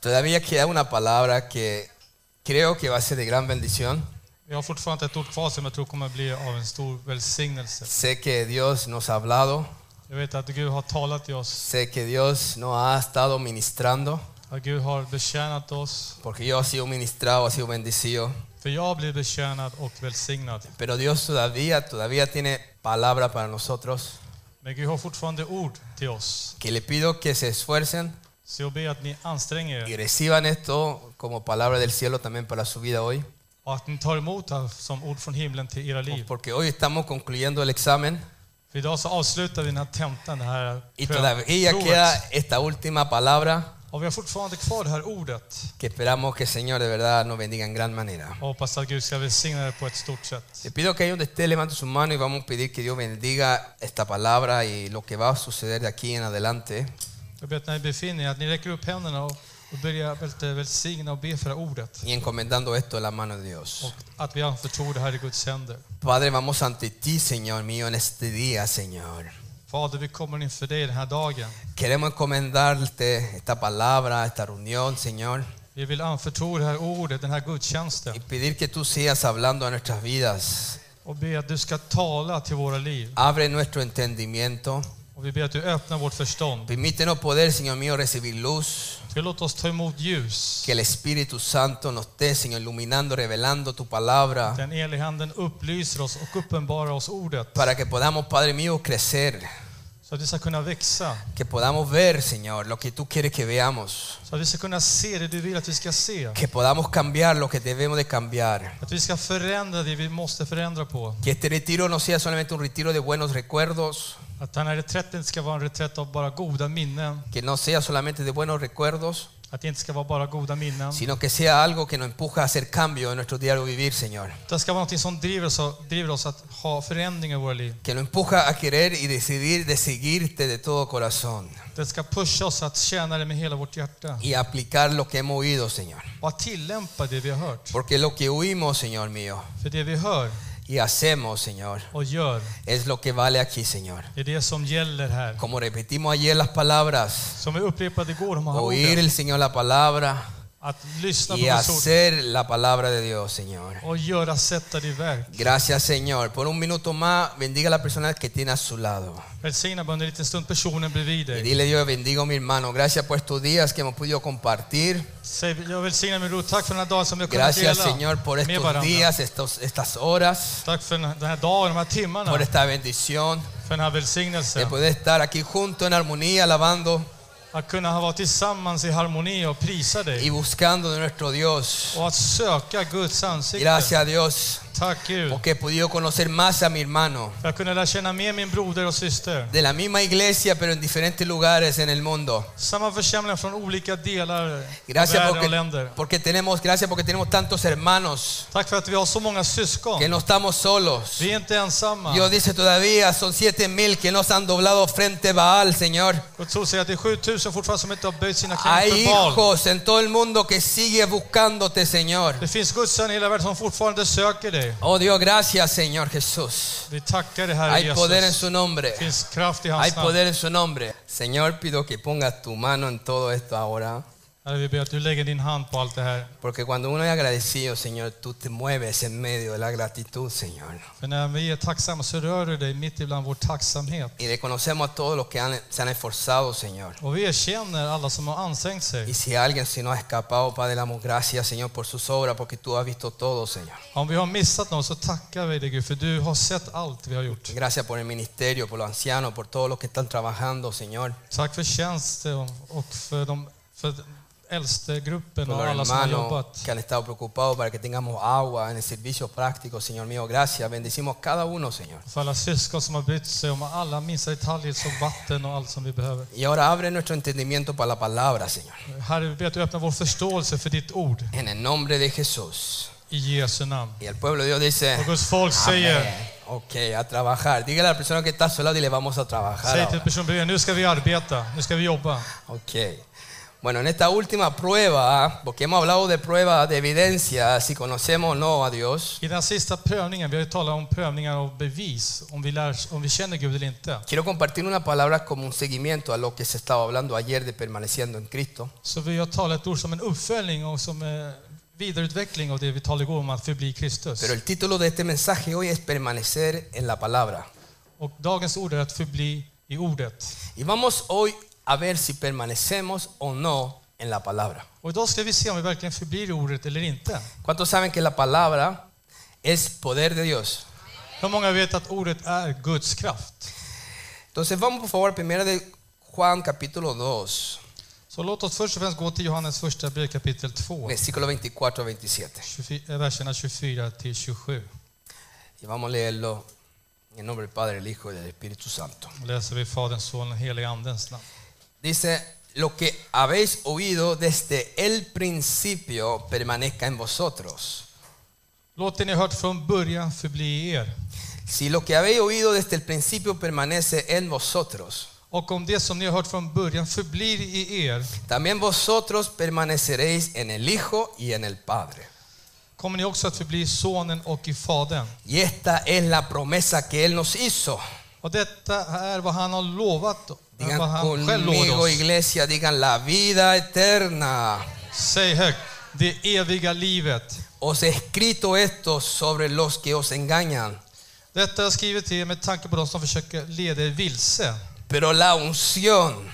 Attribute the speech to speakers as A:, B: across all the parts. A: Todavía queda una palabra que creo que va a ser de gran bendición.
B: Vi har fortfarande ett ord kvar som jag tror kommer bli av en stor välsignelse.
A: Sé que Dios nos ha hablado,
B: Jag vet att Gud har talat till oss,
A: sé que Dios nos ha estado ministrando,
B: att Gud har betjänat oss.
A: porque yo he sido ministrado, he sido bendecido,
B: För jag blir betjänad och välsignad.
A: pero Dios todavía, todavía tiene palabra para nosotros,
B: Men Gud har fortfarande ord till oss.
A: que le pido que se esfuercen
B: Så jag ber att ni anstränger
A: y
B: er
A: reciban esto como palabra del cielo también para su vida hoy,
B: och att ni tar emot det här som ord från himlen till era liv.
A: porque hoy estamos concluyendo el examen
B: För idag så avslutar vi den här tentan, det här
A: y
B: prö-
A: todavía queda
B: provet.
A: esta última palabra
B: Och vi har fortfarande kvar det här ordet.
A: que esperamos que el Señor de verdad nos bendiga en gran manera.
B: Jag hoppas att Gud ska välsigna det på ett stort sätt.
A: Te pido que ahí donde esté levante su mano y vamos a pedir que Dios bendiga esta palabra y lo que va a suceder de aquí en adelante.
B: Jag ber att när ni befinner er, att ni räcker upp händerna och, och börjar väl- välsigna och be för det här ordet.
A: Y encomendando esto en la mano de Dios.
B: Och att vi anförtror det här i Guds händer.
A: Padre, vamos ante ti, Señor mío, en este día, Señor.
B: Fader, vi kommer inför dig den här dagen.
A: Queremos encomendarte esta palabra, esta reunión, Señor,
B: Vi vill anförtro det här ordet, den här
A: y
B: gudstjänsten.
A: pedir que tú sigas hablando a nuestras vidas.
B: Och be att du ska tala till våra liv.
A: Abre nuestro entendimiento.
B: Och vi ber att du öppnar vårt förstånd.
A: Permítenos poder, Señor mío, recibir luz.
B: Tillåt oss ta emot ljus.
A: Que el Espíritu Santo nos dé, Señor, iluminando, revelando tu palabra.
B: Den helige handen upplyser oss och uppenbarar oss ordet.
A: para que podamos, Padre mío, crecer,
B: Så att vi ska kunna växa.
A: que podamos ver, Señor, lo que tú quieres que veamos,
B: Så att vi ska kunna se det du vill att vi ska se.
A: que podamos cambiar lo que debemos de cambiar.
B: Att vi ska förändra det vi måste förändra på.
A: Que este retiro no sea solamente un retiro de buenos recuerdos,
B: Att den här reträtten inte ska vara en reträtt av bara goda minnen.
A: que no sea solamente de buenos recuerdos,
B: Att det inte ska vara bara goda minnen.
A: sino que sea algo que nos empuja a hacer cambio en nuestro diario vivir, Señor.
B: Det ska vara något som driver oss, driver oss att ha förändringar i våra liv.
A: Que nos empuja a querer y decidir de seguirte de todo corazón
B: Det ska pusha oss att tjäna dig med hela vårt hjärta.
A: y aplicar lo que hemos oído, Señor.
B: Och att tillämpa det vi har hört.
A: Porque lo que oímos, Señor mío,
B: För det vi hör
A: y hacemos, Señor,
B: och gör
A: es lo que vale aquí, Señor.
B: är det som gäller här.
A: Como repetimos ayer las palabras,
B: Som vi upprepade igår, de här
A: oír
B: orden.
A: el Señor la palabra
B: Att lyssna på
A: y
B: Guds ord
A: hacer la palabra de Dios, Señor.
B: och göra, sätta det i verk.
A: Gracias, Señor. Por un minuto más, bendiga a la persona que tiene a su lado.
B: Välsigna bara under en liten stund personen bredvid
A: Y
B: dig.
A: dile, Dios, bendigo a mi hermano. Gracias por estos días que hemos podido compartir.
B: Säg, jag välsignar min rot. Tack för den här dagen som vi har kunnat
A: Gracias,
B: dela
A: Señor, por
B: med
A: estos
B: varandra.
A: días, estos- estas horas,
B: Tack för den här dagen, de här timmarna,
A: por esta bendición
B: för den här
A: de
B: välsignelsen.
A: poder estar aquí juntos en armonía, alabando
B: Att kunna ha varit tillsammans i harmoni och prisa
A: y
B: dig.
A: buscando de nuestro Dios.
B: Och att söka Guds ansikte.
A: Gracias, Dios,
B: Tack Gud.
A: porque he podido conocer más a mi hermano.
B: För att kunna lära känna mer min broder och syster.
A: de la misma iglesia, pero en diferentes lugares en el mundo.
B: Samma församlingar från olika delar av
A: Gracias
B: världen och
A: porque,
B: länder.
A: porque tenemos, gracias porque tenemos tantos hermanos
B: Tack för att vi har så många syskon.
A: que no estamos solos.
B: Vi är inte ensamma.
A: Dios dice todavía, son siete mil que nos han doblado frente a Baal, Señor.
B: Guds ord säger att det är 7000 fortfarande som inte har böjt sina knän
A: Hay
B: för Baal.
A: hijos en todo el mundo que sigue buscándote, Señor.
B: Det finns Guds son i hela världen som fortfarande söker dig.
A: Oh Dios, gracias, Señor Jesús.
B: Vi tackar dig Herre
A: Hay poder en
B: Jesus.
A: su nombre.
B: Det finns kraft i
A: Hay
B: hans namn.
A: poder en su nombre. Señor, pido que pongas tu mano en todo esto ahora.
B: Herre, vi ber att du lägger din hand på allt det här.
A: Porque cuando uno es agradecido, Señor, tú te mueves en medio de la gratitud, Señor.
B: För när vi är tacksamma så rör du dig mitt ibland vår tacksamhet.
A: Y reconocemos a todos los que han- se han esforzado, Señor.
B: Och vi erkänner alla som har ansträngt
A: Y
B: sig.
A: si alguien se nos ha escapado, Padre, damos gracias, Señor, por sus obras, porque tú has visto todo, Señor.
B: Om vi har missat något så tackar vi dig Gud för du har sett allt vi har gjort.
A: Gracias por el ministerio, por los ancianos, por todos los que están trabajando, Señor.
B: Tack för tjänsten och för, de, för äldste gruppen
A: Por
B: och
A: los
B: alla som har
A: hermanos
B: jobbat.
A: que han estado preocupados para que tengamos agua en el servicio práctico, Señor mío. Gracias. Bendecimos cada uno, Señor.
B: För alla syskon som har brytt sig om alla minsta detaljer som vatten och allt som vi behöver.
A: Y ahora abre nuestro entendimiento para la palabra, Señor.
B: Herre, vi ber att du öppnar vår förståelse för ditt ord
A: En el nombre de Jesús.
B: i Jesu namn.
A: Y el pueblo de Dios dice...
B: Och Guds folk säger,
A: Amén. Ok, a trabajar. Dígale a la persona que está a su lado y le vamos a trabajar.
B: säg till
A: ahora.
B: personen bredvid, nu ska vi arbeta, nu ska vi jobba.
A: Ok. Bueno, en esta última prueba, porque hemos hablado de prueba de evidencia, si conocemos o no a Dios,
B: I den sista prövningen, vi har ju talat om prövningar och bevis, om vi, lär, om vi känner Gud eller inte,
A: quiero compartir una palabra como un seguimiento a lo que se estaba hablando ayer de permaneciendo en Cristo.
B: så vill jag tala ett ord som en uppföljning och som eh, vidareutveckling av det vi talade igår om att förbli Kristus.
A: Pero el título de este mensaje hoy es permanecer en la palabra.
B: Och dagens ord är att förbli i ordet.
A: Y vamos hoy a ver si permanecemos o no en la palabra.
B: Och idag ska vi se om vi verkligen förblir i ordet eller inte.
A: ¿Cuántos saben que la palabra es poder de Dios?
B: Hur många vet att ordet är Guds kraft?
A: Entonces vamos por favor, primera de Juan capítulo 2,
B: Så låt oss först och främst gå till Johannes första brev kapitel 2,
A: versículo 24 a 27.
B: 24, eh, verserna 24 till 27.
A: Y vamos a leerlo en nombre del Padre, el Hijo y del Espíritu Santo.
B: Då läser vi Faderns, Sonens och Helige Andens namn.
A: Dice, lo que habéis oído desde el principio permanezca en vosotros.
B: Låt det ni hört från början förbli i er.
A: Si lo que habéis oído desde el principio permanece en vosotros,
B: Och om det som ni har hört från början förblir i er,
A: también vosotros permaneceréis en el Hijo y en el Padre.
B: kommer ni också att förbli i Sonen och i Fadern.
A: Y esta es la promesa que Él nos hizo.
B: Och detta är vad han har lovat, vad
A: Digan
B: han själv lovade
A: conmigo,
B: oss.
A: iglesia, digan la vida eterna.
B: Säg högt, det eviga livet.
A: Os he escrito esto sobre los que os engañan.
B: Detta har jag skrivit till er med tanke på de som försöker leda er vilse.
A: Pero la unción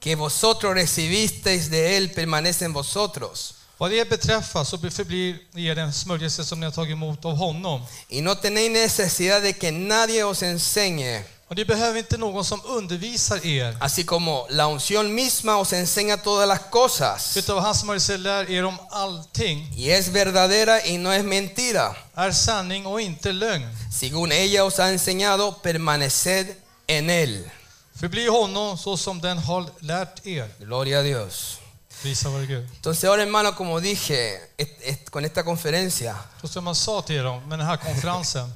A: que vosotros recibisteis de Él permanece en vosotros.
B: Vad det beträffar så förblir i er den smörjelse som ni har tagit emot av honom.
A: Y no tenéis necesidad de que nadie os enseñe.
B: Och ni behöver inte någon som undervisar er,
A: Así como la unción misma os enseña todas las cosas.
B: utan hans smörjelse lär er om allting,
A: Y es verdadera y no es mentira.
B: är sanning och inte lögn.
A: Según ella os ha enseñado, permaneced en Él.
B: Förbli honom så som den har lärt er.
A: Gloria a Dios.
B: Visa vare Gud.
A: Entonces ahora hermano, como dije, et- et- con esta conferencia,
B: Så som jag sa till er om, med den här konferensen,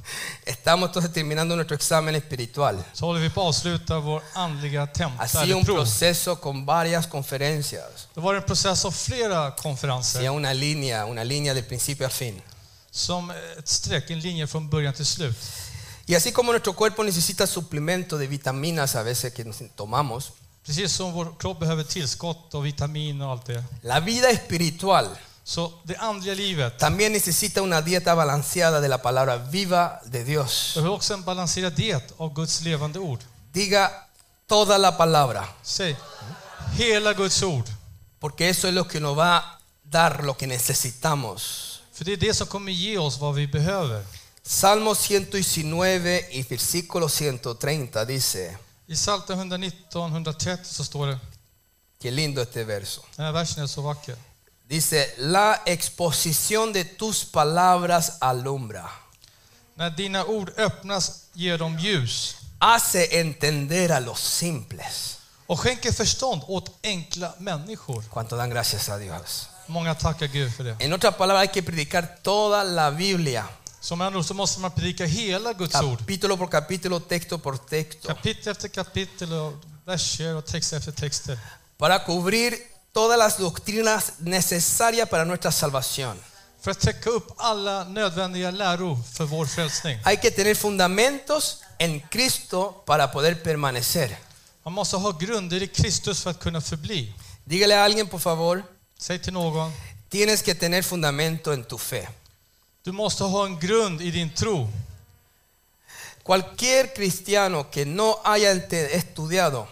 A: estamos entonces terminando nuestro examen espiritual.
B: så håller vi på att avsluta vår andliga
A: Ha
B: tenta,
A: sido
B: eller
A: un
B: prov.
A: proceso con varias conferencias.
B: Det var en process av flera konferenser,
A: Hacía una línea, una línea del principio al fin.
B: som ett streck, en linje från början till slut.
A: Y así como nuestro cuerpo necesita suplemento de vitaminas a veces que nos tomamos,
B: Precis som vår kropp behöver tillskott och vitaminer och allt det.
A: la vida espiritual
B: Så det andliga livet
A: también necesita una dieta balanceada de la palabra viva de Dios.
B: behöver också en balanserad diet av Guds levande ord.
A: Diga toda la palabra,
B: Säg, hela Guds ord.
A: porque eso es lo que nos va a dar lo que necesitamos.
B: För det är det som kommer ge oss vad vi behöver.
A: Salmo 119 y versículo 130 dice,
B: I Psaltaren 119, 130 så står det,
A: qué lindo este verso.
B: den här versen är så vacker.
A: Dice, la exposición de tus palabras alumbra,
B: När dina ord öppnas ger de ljus
A: hace entender a los simples.
B: och skänker förstånd åt enkla människor.
A: Cuánto dan gracias a Dios.
B: Många tackar Gud för det.
A: En otras palabras, hay que predicar toda la Biblia,
B: Som andra ord så måste man predika hela Guds ord.
A: capítulo por capítulo, texto por texto,
B: Kapitel efter kapitel och verser och texter efter texter.
A: para cubrir todas las doctrinas necesarias para nuestra salvación.
B: För att täcka upp alla nödvändiga läror för vår frälsning.
A: Hay que tener fundamentos en Cristo para poder permanecer.
B: Man måste ha grunder i Kristus för att kunna förbli.
A: Dígale a alguien, por favor,
B: Säg till någon,
A: tienes que tener fundamento en tu fe.
B: du måste ha en grund i din tro.
A: Cualquier cristiano que no haya ente- estudiado,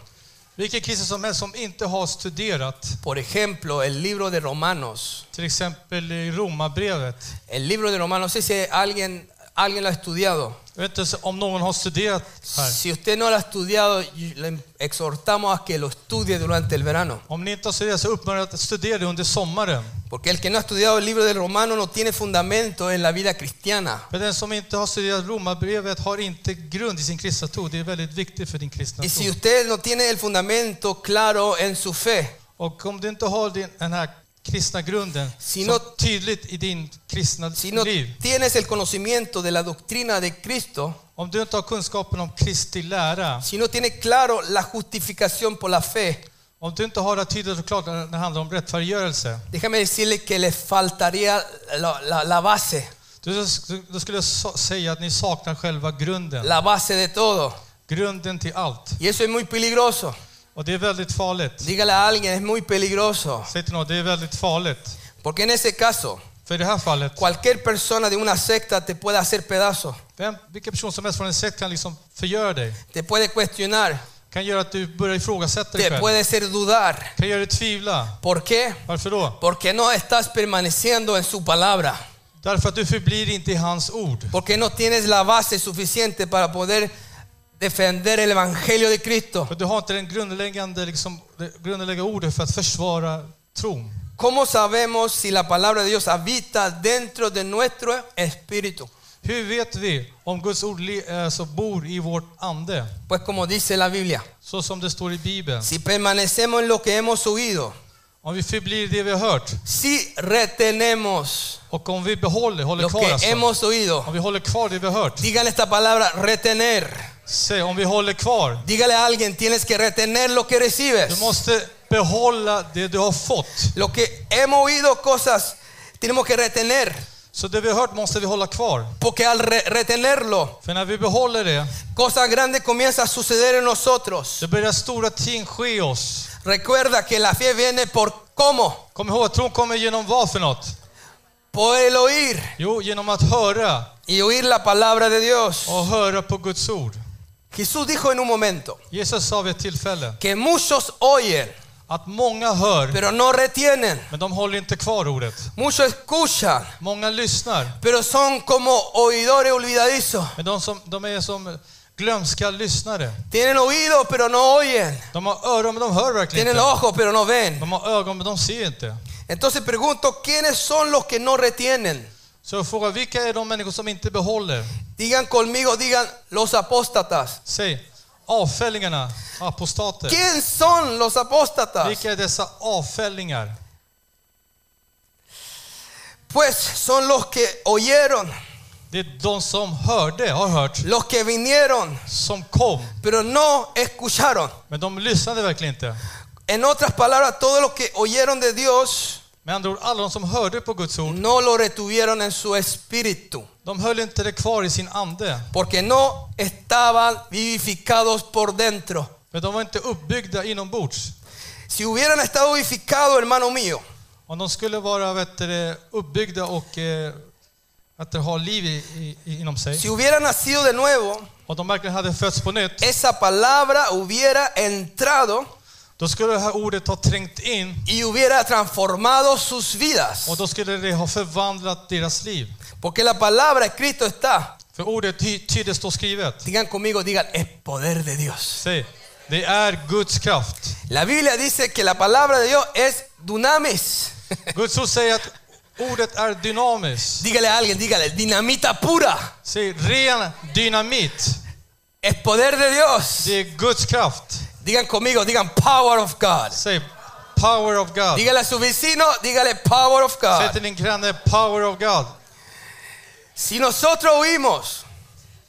B: Vilken kristen som helst som inte har studerat,
A: por ejemplo, el libro de Romanos,
B: till exempel i Romarbrevet.
A: el libro de Romanos, no sé si alguien, alguien lo ha estudiado.
B: Jag vet inte om någon har studerat här.
A: Si usted no lo ha estudiado, y- le exhortamos a que lo estudie durante el verano.
B: Om ni inte har studerat så uppmanar jag att studera det under sommaren.
A: Porque el que no ha estudiado el libro de Romanos no tiene fundamento en la vida cristiana.
B: För den som inte har studerat Romarbrevet har inte grund i sin kristna tro. Det är väldigt viktigt för din kristna
A: Y si
B: tro.
A: usted no tiene el fundamento claro en su fe,
B: Och om du inte har din, den här kristna grunden
A: Si
B: som
A: no-
B: tydligt i din kristna
A: si no
B: liv.
A: tienes el conocimiento de la doctrina de Cristo,
B: Om du inte har kunskapen om Kristi lära.
A: si no tiene claro la justificación por la fe,
B: Om du inte har det tydligt och klart när det handlar om rättfärdiggörelse,
A: déjame decirle que les faltaría la, la- la base,
B: då sk- då skulle jag sa- säga att ni saknar själva grunden.
A: la base de todo.
B: Grunden till allt.
A: Y eso es muy peligroso.
B: Och det är väldigt farligt.
A: Dígale a alguien, es muy peligroso.
B: Säg till någon, det är väldigt farligt.
A: Porque en ese caso,
B: För i det här fallet,
A: cualquier persona de una secta te puede hacer pedazos,
B: vem, vilken person som helst från en sekt kan liksom förgöra dig.
A: te puede cuestionar,
B: Kan göra att du börjar ifrågasätta dig
A: te
B: själv.
A: puede hacer dudar.
B: Kan göra dig tvivla.
A: ¿Por qué?
B: Varför då?
A: Porque no estás permaneciendo en su palabra.
B: Därför att du förblir inte i hans ord.
A: Porque no tienes la base suficiente para poder defender el Evangelio de Cristo.
B: För du har inte den grundläggande, liksom, det grundläggande ordet för att försvara tron.
A: ¿Cómo sabemos si la palabra de Dios habita dentro de nuestro espíritu?
B: Hur vet vi om Guds ord le- alltså, bor i vårt ande?
A: Pues como dice la Biblia,
B: Så som det står i Bibeln.
A: si permanecemos en lo que hemos oído,
B: Om vi förblir i det vi har hört
A: si retenemos
B: och om vi behåller, håller
A: lo
B: kvar
A: que
B: alltså.
A: hemos oído,
B: Om vi håller kvar det vi har hört.
A: dígale esta palabra retener.
B: Säg, om vi håller kvar.
A: Dígale a alguien, tienes que retener lo que
B: Du
A: recibes.
B: måste behålla det du har fått.
A: Lo que hemos oído cosas, tenemos que retener.
B: Så det vi har hört måste vi hålla kvar.
A: Porque al re- retenerlo,
B: För när vi behåller det,
A: cosas grandes comienzan a suceder en nosotros.
B: så börjar stora ting ske i oss.
A: Recuerda que la fe viene por cómo,
B: Kom ihåg att tron kommer genom vad för något?
A: por el oír
B: Jo, genom att höra
A: y oír la palabra de Dios.
B: och höra på Guds ord.
A: Jesús dijo en un momento
B: Jesus sa vid ett tillfälle
A: que muchos oyen,
B: att många hör,
A: pero no retienen.
B: men de håller inte kvar ordet.
A: Muchos escuchan,
B: Många lyssnar,
A: pero son como oidores olvidadizos.
B: men de, som, de är som glömska lyssnare.
A: Tienen oídos, pero no oyen.
B: De har öron, men de hör verkligen
A: Tienen
B: inte.
A: ojos, pero no ven.
B: De har ögon, men de ser inte.
A: Entonces pregunto, ¿quiénes son los que no retienen?
B: Så jag frågar, vilka är de människor som inte behåller?
A: Digan conmigo, digan los apóstatas.
B: Säg, avfällingarna, apostater.
A: ¿Quién son los apóstatas?
B: Vilka är dessa avfällingar?
A: Pues son los que oyeron,
B: Det är de som hörde, har hört,
A: los que vinieron,
B: som kom,
A: pero no escucharon.
B: men de lyssnade verkligen inte.
A: En otras palabras, todos los que oyeron de Dios
B: Med andra ord, alla de som hörde på Guds ord,
A: no lo retuvieron en su espíritu,
B: de höll inte det kvar i sin ande.
A: porque no estaban vivificados por dentro.
B: För de var inte uppbyggda inombords.
A: Si hubieran estado vivificados, hermano mío,
B: Om de skulle vara vet du, det, uppbyggda och eh, att de har liv i, i, i- inom sig,
A: si hubieran nacido de nuevo,
B: och de verkligen hade fötts på nytt,
A: esa palabra hubiera entrado
B: då skulle det här ordet ha trängt in
A: y hubiera transformado sus vidas.
B: och då skulle det ha förvandlat deras liv.
A: Porque la palabra escrito está.
B: För ordet ty, ty det står skrivet.
A: Digan conmigo, digan, es poder de Dios.
B: Säg, det är Guds kraft.
A: La Biblia dice que la palabra de Dios es dunamis.
B: Guds ord säger att ordet är dynamiskt.
A: Dígale a alguien, dígale, dinamita pura.
B: Säg, ren dynamit.
A: Es poder de Dios.
B: Det är Guds kraft.
A: Digan conmigo, digan power of God.
B: Säg power of God.
A: Dígale a su vecino, dígale power of
B: Säg
A: God.
B: till din granne power of God.
A: Si nosotros oímos,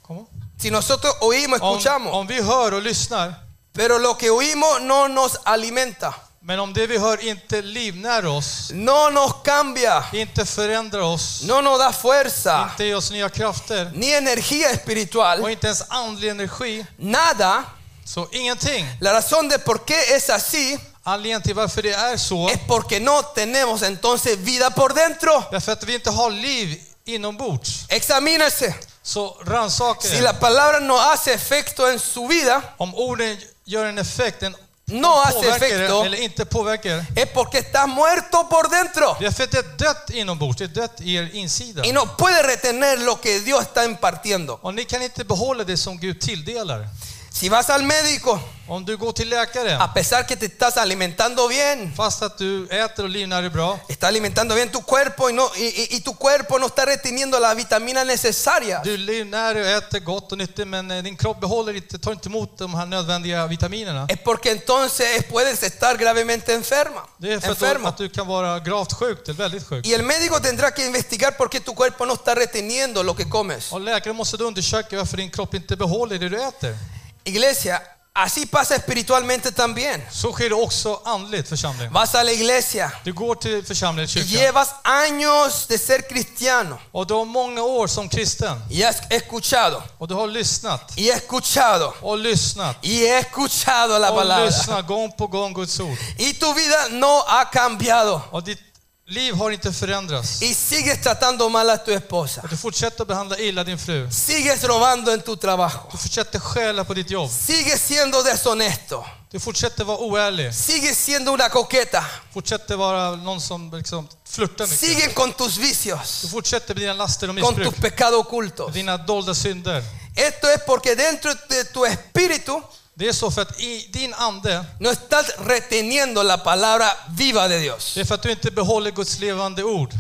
B: Kom.
A: si nosotros oímos,
B: Om,
A: escuchamos,
B: om vi hör och lyssnar,
A: pero lo que oímos no nos alimenta,
B: men om det vi hör inte livnär oss,
A: no nos cambia,
B: inte förändrar oss,
A: no nos da fuerza,
B: inte ger oss nya krafter
A: ni energía
B: och
A: espiritual,
B: inte ens andlig energi,
A: nada.
B: så ingenting.
A: La razón de por qué es así
B: Anledningen till varför det är så,
A: es porque no tenemos entonces vida por dentro.
B: därför att vi inte har liv inombords.
A: Examínese.
B: Så rannsaka
A: Si
B: er.
A: la palabra no hace efecto en su vida,
B: Om orden gör en effekt, en
A: No hace
B: påverkar
A: efecto.
B: er eller inte påverkar er,
A: es porque estás muerto por dentro
B: det är för att det är dött inombords, det är dött i er insida.
A: y no puedes retener lo que Dios está impartiendo.
B: Och ni kan inte behålla det som Gud tilldelar.
A: Si vas al médico,
B: Om du går till läkaren,
A: a pesar que te estás alimentando bien,
B: fast att du äter och livnär dig bra,
A: está alimentando bien tu cuerpo y, no, y, y- y tu cuerpo no está reteniendo la vitamina necesaria.
B: du livnär dig och äter gott och nyttigt, men eh, din kropp behåller inte, tar inte emot de här nödvändiga vitaminerna.
A: Es porque entonces puedes estar gravemente enferma.
B: Det är för att du,
A: Enfermo.
B: att du kan vara gravt sjuk, eller väldigt sjuk.
A: Y el médico tendrá que investigar por qué tu cuerpo no está reteniendo lo que comes.
B: Och läkaren måste då undersöka varför din kropp inte behåller det du äter.
A: Iglesia, Así pasa espiritualmente también.
B: Så sker det också andligt församling.
A: Vas a la iglesia
B: Du går till församlingen,
A: y
B: kyrkan.
A: llevas años de ser cristiano
B: Och du har många år som kristen.
A: y has escuchado
B: Och du har lyssnat
A: y escuchado
B: och lyssnat
A: y he escuchado la
B: och
A: palabra
B: lyssnat gång på gång Guds ord.
A: y tu vida no ha cambiado
B: Och ditt liv har inte förändrats.
A: y sigues tratando mal a tu esposa.
B: Och du fortsätter att behandla illa din fru.
A: Sigues robando en tu trabajo.
B: Du fortsätter stjäla på ditt jobb.
A: Sigues siendo deshonesto.
B: Du fortsätter vara oärlig.
A: Sigues siendo una coqueta.
B: Fortsätter vara någon som liksom flörtar mycket.
A: Siguen con tus
B: Du
A: vicios,
B: fortsätter med dina laster och
A: con
B: missbruk.
A: tus pecados ocultos.
B: och Dina dolda synder.
A: Esto es porque dentro de tu espíritu
B: Det är så för att i din ande,
A: no estás reteniendo la palabra viva de Dios.
B: det är för att du inte behåller Guds levande ord.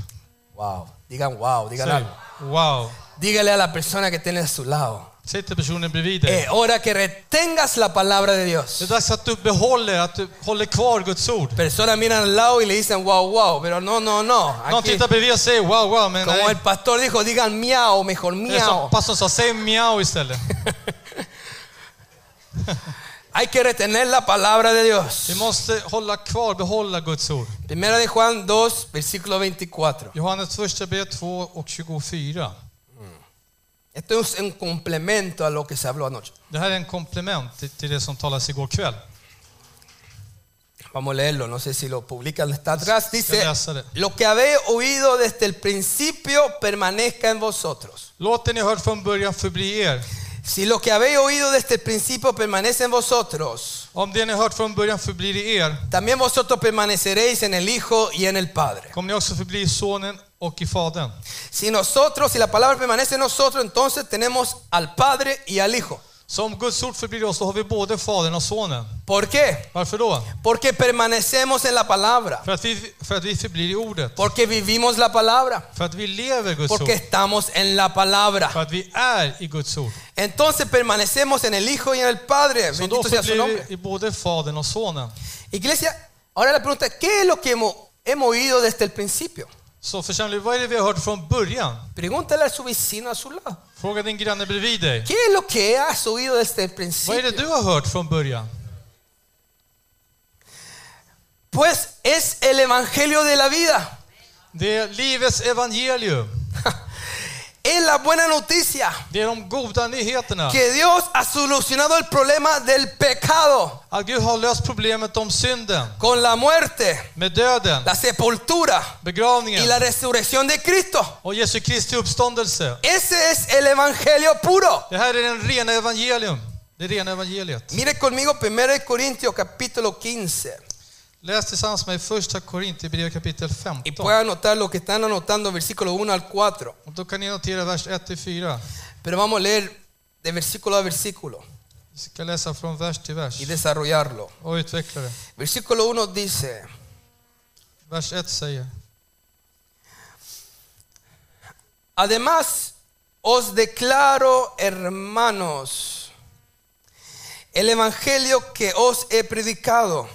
A: Wow, digan wow, digan
B: Säg,
A: algo.
B: wow.
A: Dígale a la persona que tiene a su lado.
B: Säg till personen bredvid dig.
A: Es hora que retengas la palabra de
B: Det är
A: Dios.
B: dags att du behåller, att du håller kvar Guds ord.
A: Personas miran al lado y le dicen wow, wow, pero no, no, no.
B: Någon
A: Aquí,
B: tittar bredvid och säger wow, wow, men
A: como el
B: nej.
A: pastor dijo, digan miau, mejor
B: Det är som
A: miau.
B: pastorn sa, säg miau istället.
A: Hay que retener la palabra de Dios.
B: Vi måste hålla kvar, behålla Guds ord.
A: Primera de Juan 2, versículo 24.
B: Johannes första brev 2 och 24.
A: Esto es un complemento a lo que se habló anoche.
B: Det här är en komplement till- till det som talades igår kväll.
A: Vamos a leerlo, no sé si lo publican, está atrás. Dice,
B: Ya sale.
A: lo que habéis oído desde el principio permanezca en vosotros.
B: Låt det ni hört från början förbli er.
A: Si lo que habéis oído desde el principio permanece en vosotros,
B: Om det ni hört från början förblir i er,
A: también vosotros permaneceréis en el Hijo y en el Padre.
B: kommer ni också förbli i Sonen och i Fadern.
A: Si nosotros, si la palabra permanece en nosotros, entonces tenemos al Padre y al Hijo.
B: Så om Guds ord förblir i oss, då har vi både Fadern och Sonen.
A: ¿Por qué?
B: Varför då?
A: Porque permanecemos en la palabra,
B: För att vi, för att vi förblir i Ordet.
A: porque vivimos la palabra,
B: För att vi lever Guds
A: porque
B: ord.
A: estamos en la palabra.
B: För att vi är i Guds ord.
A: Entonces permanecemos en el Hijo y en el Padre.
B: Så då
A: Bendito sea su
B: förblir
A: nombre.
B: vi i både Fadern och Sonen.
A: Iglesia, ahora la pregunta, ¿qué es lo que hemos, hemos oído desde el principio?
B: Så församling, vad är det vi har hört från början?
A: Pregúntale a su vecino a su lado.
B: Fråga din granne bredvid dig.
A: ¿Qué es lo que has oído desde el
B: Vad är det
A: principio?
B: du har hört från början?
A: Pues es el Evangelio de la vida.
B: Det är livets evangelium.
A: Es la buena noticia
B: Det är de goda nyheterna.
A: que Dios ha solucionado el problema del pecado
B: Att Gud har löst problemet om synden,
A: con la muerte,
B: med döden,
A: la sepultura y
B: begravningen
A: la resurrección de Cristo.
B: och Jesu Kristi uppståndelse.
A: Ese es el Evangelio puro.
B: Det här är den rena evangelium. Det rena evangeliet.
A: Mire conmigo 1 de Corintios capítulo 15
B: Läs tillsammans med första Korinthierbrevet kapitel
A: y
B: 15.
A: pueda anotar lo que están anotando versículo 1 al 4.
B: Och då kan ni notera vers 1-4.
A: Pero vamos a leer de versículo a versículo
B: Vi ska läsa från vers till vers
A: y desarrollarlo.
B: och utveckla det.
A: Versículo 1 dice,
B: Vers 1 säger
A: además os declaro, hermanos, el Evangelio que os he predicado,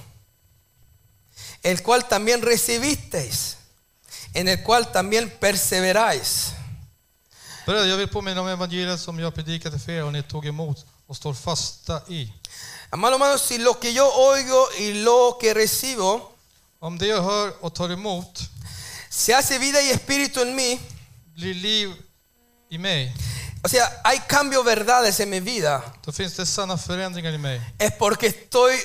A: el cual también recibisteis, en el cual también perseveráis.
B: Bröder, jag vill påminna om evangeliet som jag predikade för er och ni tog emot och står fasta i.
A: Amado hermanos, si lo que yo oigo y lo que recibo
B: Om det jag hör och tar emot
A: se hace vida y espíritu en mí,
B: blir liv i mig,
A: o sea, hay cambio verdades en mi vida.
B: då finns det sanna förändringar i mig.
A: es porque estoy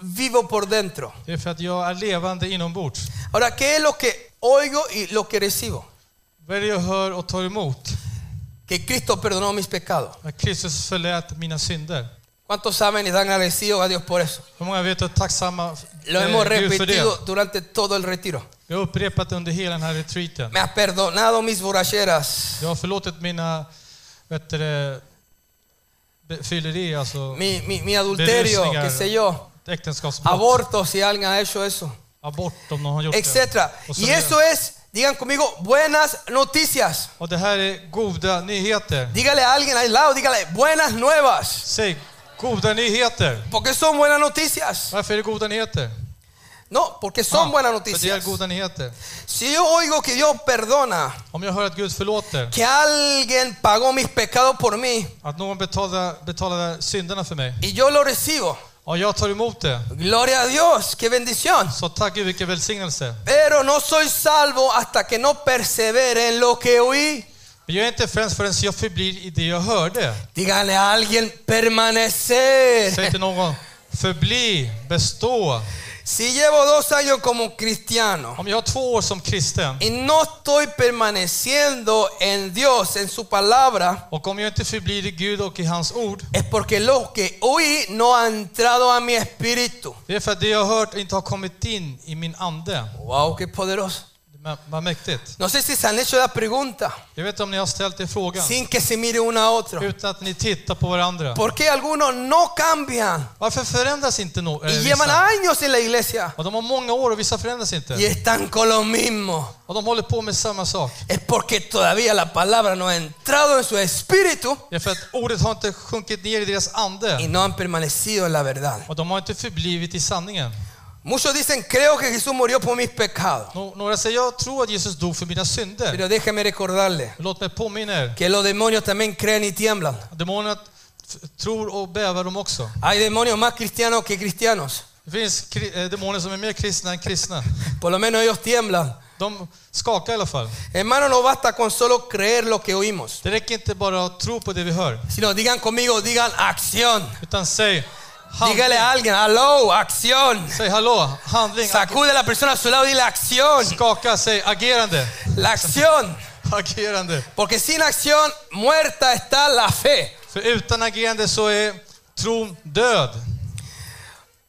A: vivo por dentro.
B: Det är för att jag är levande inombords.
A: Ahora, ¿qué es lo que oigo y lo que recibo?
B: Vad är det jag hör och tar emot?
A: Que Cristo perdonó mis pecados.
B: Att Kristus förlät mina synder.
A: ¿Cuántos saben y dan agradecidos a Dios por eso?
B: Hur många vet och tacksamma
A: Lo
B: eh,
A: hemos
B: Gud för
A: repetido
B: det?
A: durante todo el retiro.
B: Jag har upprepat under hela den här retreaten.
A: Me has perdonado mis borracheras,
B: Jag har förlåtit mina vet du, det, be- fylleri, alltså
A: mi, mi- mi adulterio, qué sé yo,
B: äktenskapsbrott,
A: aborto si alguien ha hecho eso,
B: abort om någon har gjort
A: etc.
B: det. Och, så
A: Y
B: vidare.
A: eso es, digan conmigo, buenas noticias.
B: och det här är goda nyheter.
A: Dígale a alguien al lado, dígale, buenas nuevas.
B: Säg goda nyheter.
A: Porque son buenas noticias.
B: Varför är det goda nyheter?
A: No, porque son
B: Ah,
A: buenas
B: För det är
A: noticias.
B: goda nyheter.
A: Si yo oigo que Dios perdona,
B: Om jag hör att Gud förlåter,
A: que alguien pagó mis pecados por mí
B: att någon betalade, betalade synderna för mig,
A: y yo lo recibo,
B: och jag tar emot det,
A: gloria a Dios, qué bendición.
B: så tack Gud vilken välsignelse.
A: Pero no soy salvo hasta que no persevere en lo que oí.
B: Men jag är inte frälst förrän jag förblir i det jag hörde.
A: Díganle a alguien, permanecer.
B: Säg till någon, förbli, bestå.
A: Si llevo dos años como cristiano
B: Om jag har två år som kristen
A: y no estoy permaneciendo en Dios, en su palabra,
B: och om jag inte förblir i Gud och i hans ord,
A: es porque lo que oí no ha entrado a mi espíritu.
B: det är för att det jag har hört inte har kommit in i min ande.
A: Wow, qué poderoso.
B: Men, vad mäktigt.
A: No sé si se han hecho la pregunta
B: Jag vet inte om ni har ställt er frågan
A: sin que se mire uno a otro.
B: utan att ni tittar på varandra.
A: ¿Por qué algunos no cambian
B: Varför förändras inte no,
A: y
B: eh,
A: llevan
B: vissa?
A: años en la iglesia
B: Och de har många år och vissa förändras
A: y
B: inte.
A: están con lo mismo?
B: Och de håller på med samma sak.
A: Es porque todavía la palabra no ha entrado en su espíritu
B: Det är för att ordet har inte sjunkit ner i deras
A: y
B: ande
A: no han permanecido en la verdad.
B: och de har inte förblivit i sanningen.
A: Muchos dicen, creo que Jesús murió por mis pecados.
B: Nå- Några säger jag tror att Jesus dog för mina synder.
A: Pero déjeme recordarle
B: Men Låt mig påminna er.
A: que los demonios también creen y tiemblan.
B: Demonerna f- tror och bävar de också.
A: Hay demonios más cristianos que cristianos.
B: Det finns kri- eh, demoner som är mer kristna än kristna.
A: Por lo menos ellos tiemblan.
B: De skakar i alla fall.
A: Hermano, no basta con solo creer lo que oímos.
B: Det räcker inte bara att tro på det vi hör.
A: Sino digan conmigo, digan acción.
B: Utan säg
A: Dígale
B: handling.
A: a alguien, hello, acción.
B: Säg hallå, handling.
A: Sacude a la persona a su lado y dile acción.
B: Skaka, säg agerande.
A: La acción.
B: Agerande.
A: Porque sin acción muerta está la fe.
B: För utan agerande så är tron död.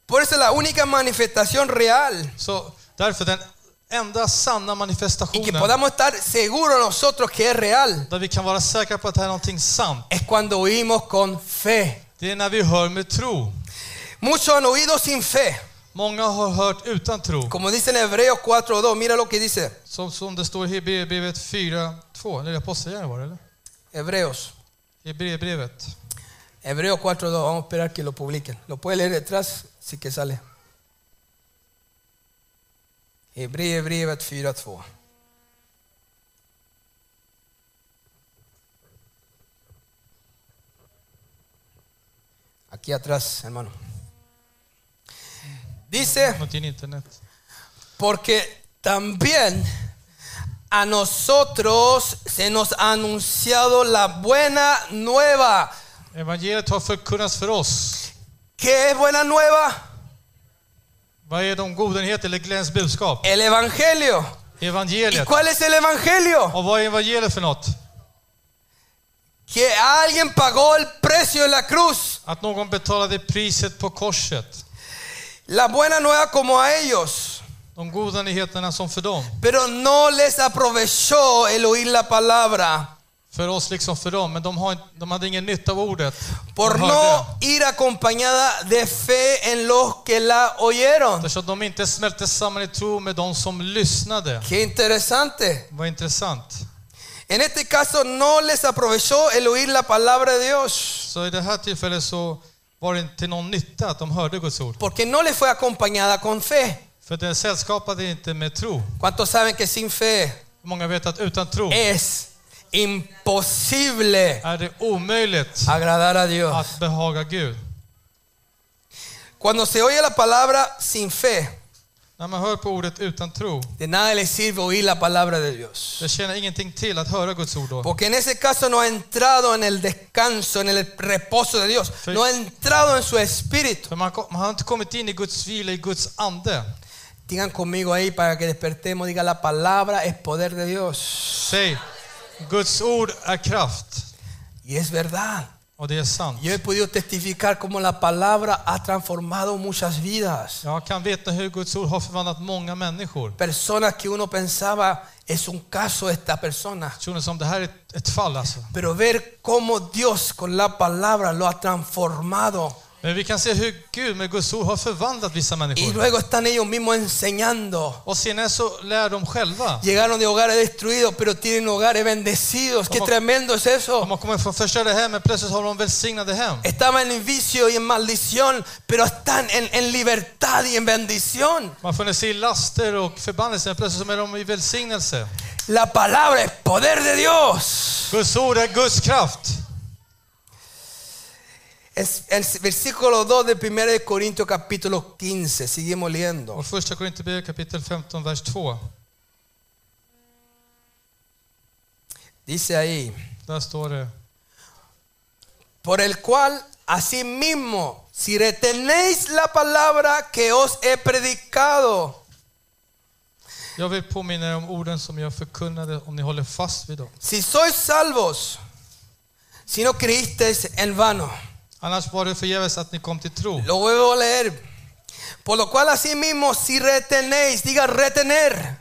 A: Por eso la única manifestación real
B: Så därför den enda sanna
A: y que
B: manifestationen
A: podamos estar seguros nosotros que es real
B: där vi kan vara säkra på att det här är någonting sant,
A: es cuando oímos con fe.
B: det är när vi hör med tro.
A: Muchos han oído sin fe.
B: Många har hört utan tro.
A: Como dice en Hebreos 4.2, mira lo que dice
B: Som, som det står i Hebreerbrevet 4.2. Eller Apostlagärningarna var det eller?
A: Hebreos.
B: Hebreerbrevet.
A: Hebreos 4.2, vamos a esperar que lo publiquen. Lo puede leer detrás, sí que sale. Hebreerbrevet 4.2. Aquí atrás, hermano. Dice...
B: Mot din internet.
A: Porque también a nosotros se nos ha anunciado la buena nueva.
B: Evangeliet har förkunnats för oss.
A: ¿Qué es buena nueva?
B: Vad är de goda nyheter eller glädjens budskap?
A: El Evangelio. ¿Y
B: Evangeliet.
A: cuál es el Evangelio?
B: Och vad är evangeliet för något?
A: Que alguien pagó el precio de la cruz.
B: Att någon betalade priset på korset.
A: La buena nueva como a ellos.
B: De goda nyheterna som för dem.
A: Pero no les aprovechó el oír la palabra
B: För oss liksom för dem. Men de, har, inte- de hade ingen nytta av ordet.
A: por
B: De hörde.
A: no ir acompañada de fe en los que la oyeron.
B: Eftersom de inte smälte samman i tro med de som lyssnade.
A: Qué interesante.
B: Vad intressant.
A: En este caso no les aprovechó el oír la palabra de Dios,
B: Så i det här tillfället så var det inte till någon nytta att de hörde Guds ord.
A: porque no le fue acompañada con fe.
B: För det sällskapade inte med tro.
A: ¿Cuántos saben que sin fe
B: Många vet att utan tro
A: es imposible
B: är det omöjligt
A: agradar a Dios?
B: att behaga Gud.
A: Cuando se oye la palabra sin fe,
B: När man hör på ordet utan tro,
A: de nada le sirve oír la palabra de Dios.
B: det tjänar ingenting till att höra Guds ord då.
A: Porque en ese caso no ha entrado en el descanso, en el reposo de Dios. No ha entrado en su espíritu.
B: För man, kom- man har inte kommit in i Guds vila, i Guds ande.
A: Digan conmigo ahí para que despertemos. Diga la palabra es poder de Dios.
B: Säg, Guds ord är kraft.
A: Y es verdad.
B: Och det är sant.
A: Yo he podido testificar cómo la palabra ha transformado muchas vidas.
B: Jag kan vittna hur Guds ord har förvandlat många människor.
A: Personas que uno pensaba es un caso esta persona.
B: Personer som det här är ett, ett fall alltså.
A: Pero ver cómo Dios con la palabra lo ha transformado.
B: Men vi kan se hur Gud med Guds ord har förvandlat vissa
A: Y
B: människor.
A: luego están ellos mismos enseñando.
B: Och senare så lär de själva.
A: Llegaron de hogares destruidos, pero tienen hogares bendecidos. Qué
B: Como-
A: tremendo es
B: De
A: eso.
B: har kommit från förstörda hem, men plötsligt har de välsignade hem.
A: Estaban en vicio y en maldición, pero están en, en libertad y en bendición.
B: Man har funnits i laster och förbannelser, men plötsligt så är de i välsignelse.
A: La palabra es poder de Dios.
B: Guds ord är Guds kraft.
A: Es el versículo 2 de 1 de Corintios capítulo 15. Seguimos leyendo.
B: Och första Korinthierbrevet kapitel 15, vers 2.
A: Dice ahí,
B: Där står det.
A: por el cual asimismo, si retenéis la palabra que os he predicado,
B: Jag vill påminna er om orden som jag förkunnade, om ni håller fast vid dem.
A: si sois salvos, si no creísteis en vano.
B: Annars var det förgäves att ni kom till tro.
A: Lo vuelvo a leer. Por lo cual asimismo, si retenéis, diga retener.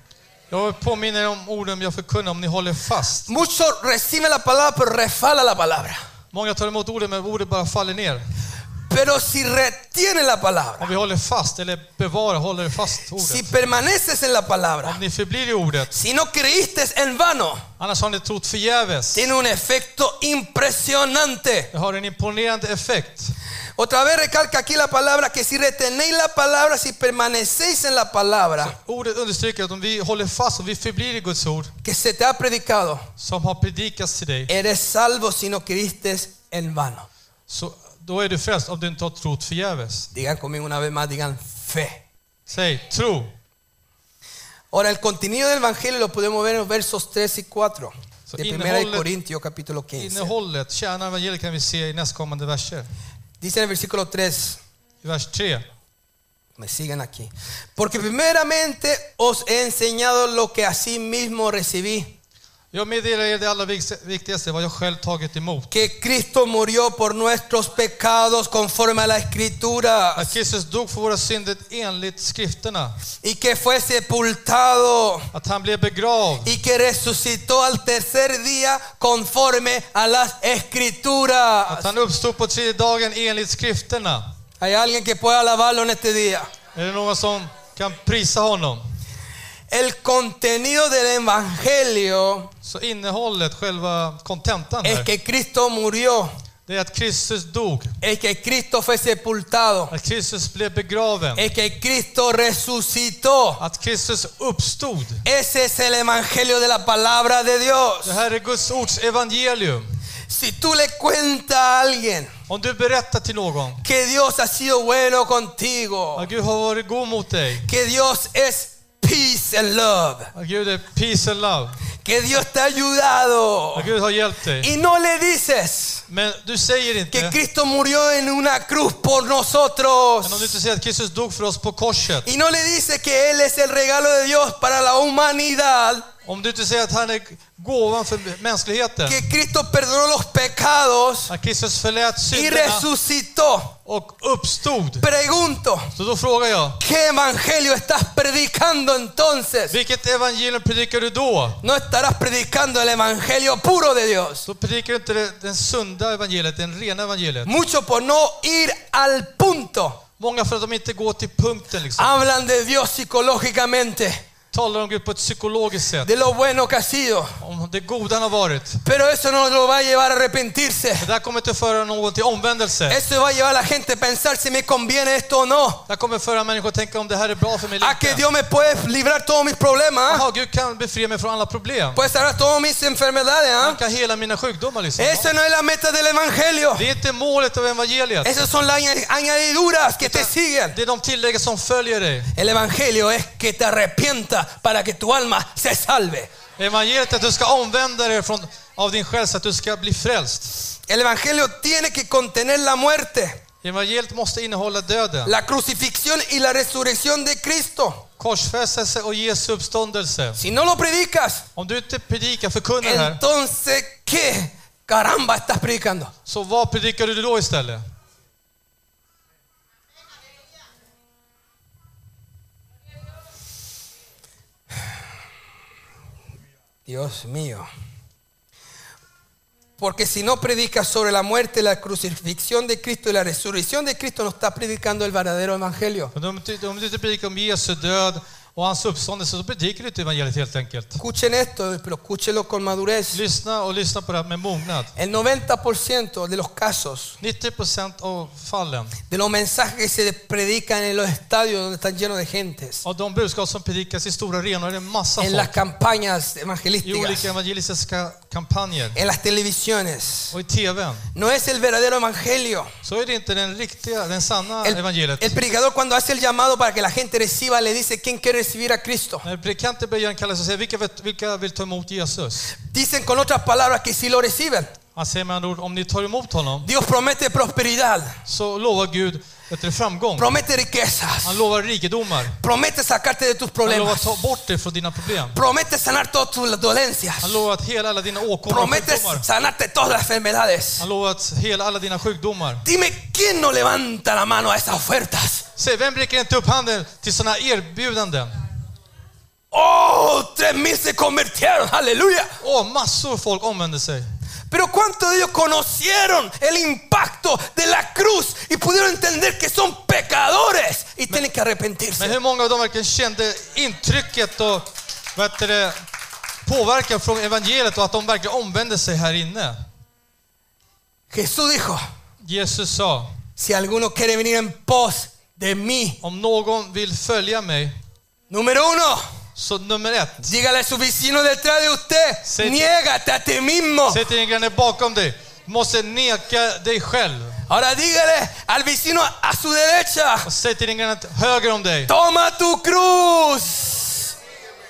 B: Jag vill påminna er om orden jag förkunnar, om ni håller fast.
A: Muchos reciben la palabra, pero refala la palabra.
B: Många tar emot orden, men ordet bara faller ner.
A: Pero si retienen la palabra,
B: Om vi håller fast, eller bevarar, håller fast
A: si
B: ordet.
A: permaneces en la palabra,
B: Om ni förblir i ordet,
A: si no creíste en vano,
B: annars har ni trott förgäves.
A: tiene un efecto impresionante.
B: Det har en imponerande effekt.
A: Otra vez recalca aquí la palabra que si retenéis la palabra, si permanecéis en la palabra
B: Ordet understryker att om vi håller fast och vi förblir i Guds ord
A: que se te ha predicado,
B: som har predikats till dig,
A: eres salvo si no creíste en vano.
B: så då är du frälst om du inte har trott förgäves.
A: Digan conmigo una vez más, digan fe.
B: Säg tro.
A: Ahora, el contenido del Evangelio lo podemos ver en los versos 3 y 4
B: So,
A: de
B: in
A: 1
B: all-
A: Corintios capítulo 15.
B: Innehållet, kärnan av evangeliet kan vi se i nästkommande verser.
A: Dice en el versículo 3,
B: I vers 3.
A: me siguen aquí, porque primeramente os he enseñado lo que así mismo recibí,
B: Jag meddelar er det allra viks- viktigaste, vad jag själv tagit emot.
A: que Cristo murió por nuestros pecados conforme a la escritura
B: Att Kristus dog för våra synder enligt skrifterna.
A: y que fue sepultado
B: Att han blev begravd
A: y que resucitó al tercer día conforme a las escrituras.
B: Att han uppstod på tredje dagen enligt skrifterna.
A: Hay alguien que pueda alabarlo en este día.
B: Är det någon som kan prisa honom?
A: El contenido del Evangelio
B: Så innehållet, själva kontentan
A: es
B: här,
A: que Cristo murió,
B: det är att Kristus dog.
A: es que Cristo fue sepultado,
B: Att Kristus blev begraven.
A: es que Cristo resucitó.
B: Att Kristus uppstod.
A: Ese es el Evangelio de la palabra de Dios.
B: Det här är Guds ords evangelium.
A: Si tú le cuentas a alguien
B: Om du berättar till någon
A: que Dios ha sido bueno contigo,
B: att Gud har varit god mot dig.
A: que Dios es peace and love,
B: Att Gud är peace and love.
A: que Dios te ha ayudado,
B: Att Gud har hjälpt dig.
A: y no le dices
B: Men du säger
A: que
B: inte,
A: Cristo murió en una cruz por
B: men om du
A: nosotros.
B: inte säger att Kristus dog för oss på korset.
A: Y no le dice que Él es el regalo de Dios para la humanidad,
B: Om du inte säger att han är gåvan för mänskligheten.
A: que Cristo perdonó los pecados
B: Att Kristus förlät
A: y
B: synderna
A: resucitó.
B: och uppstod.
A: Pregunto,
B: Så då frågar jag,
A: ¿qué evangelio estás predicando entonces?
B: vilket evangelium predikar du då?
A: No estarás predicando el evangelio puro de Dios.
B: Då predikar du inte det, den sunda evangeliet, den rena evangeliet.
A: Mucho por no ir al punto.
B: Många för att de inte går till punkten liksom.
A: Hablan de Dios psicológicamente,
B: Talar om Gud på ett psykologiskt sätt.
A: de lo bueno que ha sido.
B: Om det goda han har varit.
A: Pero eso no lo va a llevar a arrepentirse.
B: Det där kommer inte föra någon till omvändelse.
A: Eso va a llevar a la gente a pensar si me conviene esto o no.
B: Det här kommer föra människor att tänka om det här är bra för mig
A: a que
B: eller inte.
A: Dios me puede librar todos mis problemas, ¿ah?
B: Jaha, Gud kan befria mig från alla problem.
A: puede sanar todas mis enfermedades.
B: Han
A: ¿ah?
B: kan hela mina sjukdomar liksom.
A: Eso no es la meta del Evangelio.
B: Det är inte målet av evangeliet.
A: Esas son las añ- añadiduras que te siguen.
B: Det är de tillägg som följer dig.
A: El Evangelio es que te arrepientas para que tu alma se salve.
B: Evangeliet är att du ska omvända dig från, av din själ så att du ska bli frälst.
A: El Evangelio tiene que contener la muerte,
B: Evangeliet måste innehålla döden,
A: la crucifixión y la resurrección de Cristo.
B: korsfästelse och Jesu uppståndelse.
A: Si no lo predicas,
B: Om du inte predikar, förkunnar det här,
A: entonces ¿qué caramba estás predicando?
B: så vad predikar du då istället?
A: Dios mío. Porque si no predicas sobre la muerte, la crucifixión de Cristo y la resurrección de Cristo, no estás predicando el verdadero evangelio.
B: Men Om du, om du inte predikar om Jesu död och hans uppståndelse så predikar du inte evangeliet helt enkelt.
A: Escuchen esto, pero escúchelo con madurez.
B: Lyssna och lyssna på det här med mognad.
A: El 90% de los casos,
B: 90% av fallen,
A: de los mensajes que se predican en los estadios donde están llenos de gentes,
B: av de budskap som predikas i stora arenor, är det en massa
A: en las
B: folk
A: campañas
B: i olika
A: evangelísticas,
B: evangelistiska kampanjer
A: en las televisiones,
B: och i TVn.
A: no es el verdadero evangelio.
B: Så är det inte den riktiga, den sanna
A: El,
B: evangeliet.
A: el predicador cuando hace el llamado para que la gente reciba, le dice, ¿quién quiere recibir a Cristo?
B: När predikanten börjar en kallelse och säger vilka, vet- vilka vill ta emot Jesus?
A: Dicen con otras palabras que si lo reciben,
B: Han säger med andra ord, om ni tar emot honom
A: Dios promete prosperidad,
B: så lovar Gud vet du, framgång.
A: promete riquezas,
B: Han lovar rikedomar.
A: promete sacarte de tus
B: Han lovar att
A: problemas,
B: ta bort dig från dina problem.
A: promete sanar todas tus dolencias,
B: Han lovar att hela alla dina åkommor och
A: promete
B: sjukdomar.
A: sanarte todas las enfermedades.
B: Han lovar att hela alla dina sjukdomar.
A: Dime quién no levanta la mano a esas ofertas.
B: Säg, vem räcker inte upp handen till sådana erbjudanden?
A: Oh, tres mil se convirtieron, aleluya.
B: Åh, massor folk omvänder sig.
A: Pero ¿cuántos de ellos conocieron el impacto de la cruz y pudieron entender que son pecadores y tienen que
B: Men
A: arrepentirse?
B: hur många av dem verkligen kände intrycket och vad heter det, påverkan från evangeliet och att de verkligen omvände sig här inne?
A: Jesús dijo,
B: Jesus sa,
A: si alguno quiere venir en pos de mí,
B: om någon vill följa mig,
A: número uno,
B: så nummer ett,
A: dígale a su vecino detrás de usted,
B: Sí.
A: niégate a ti mismo.
B: säg till din granne bakom dig, du måste neka dig själv.
A: Ahora dígale al vecino a su derecha,
B: Och säg till din granne till höger om dig,
A: toma tu cruz.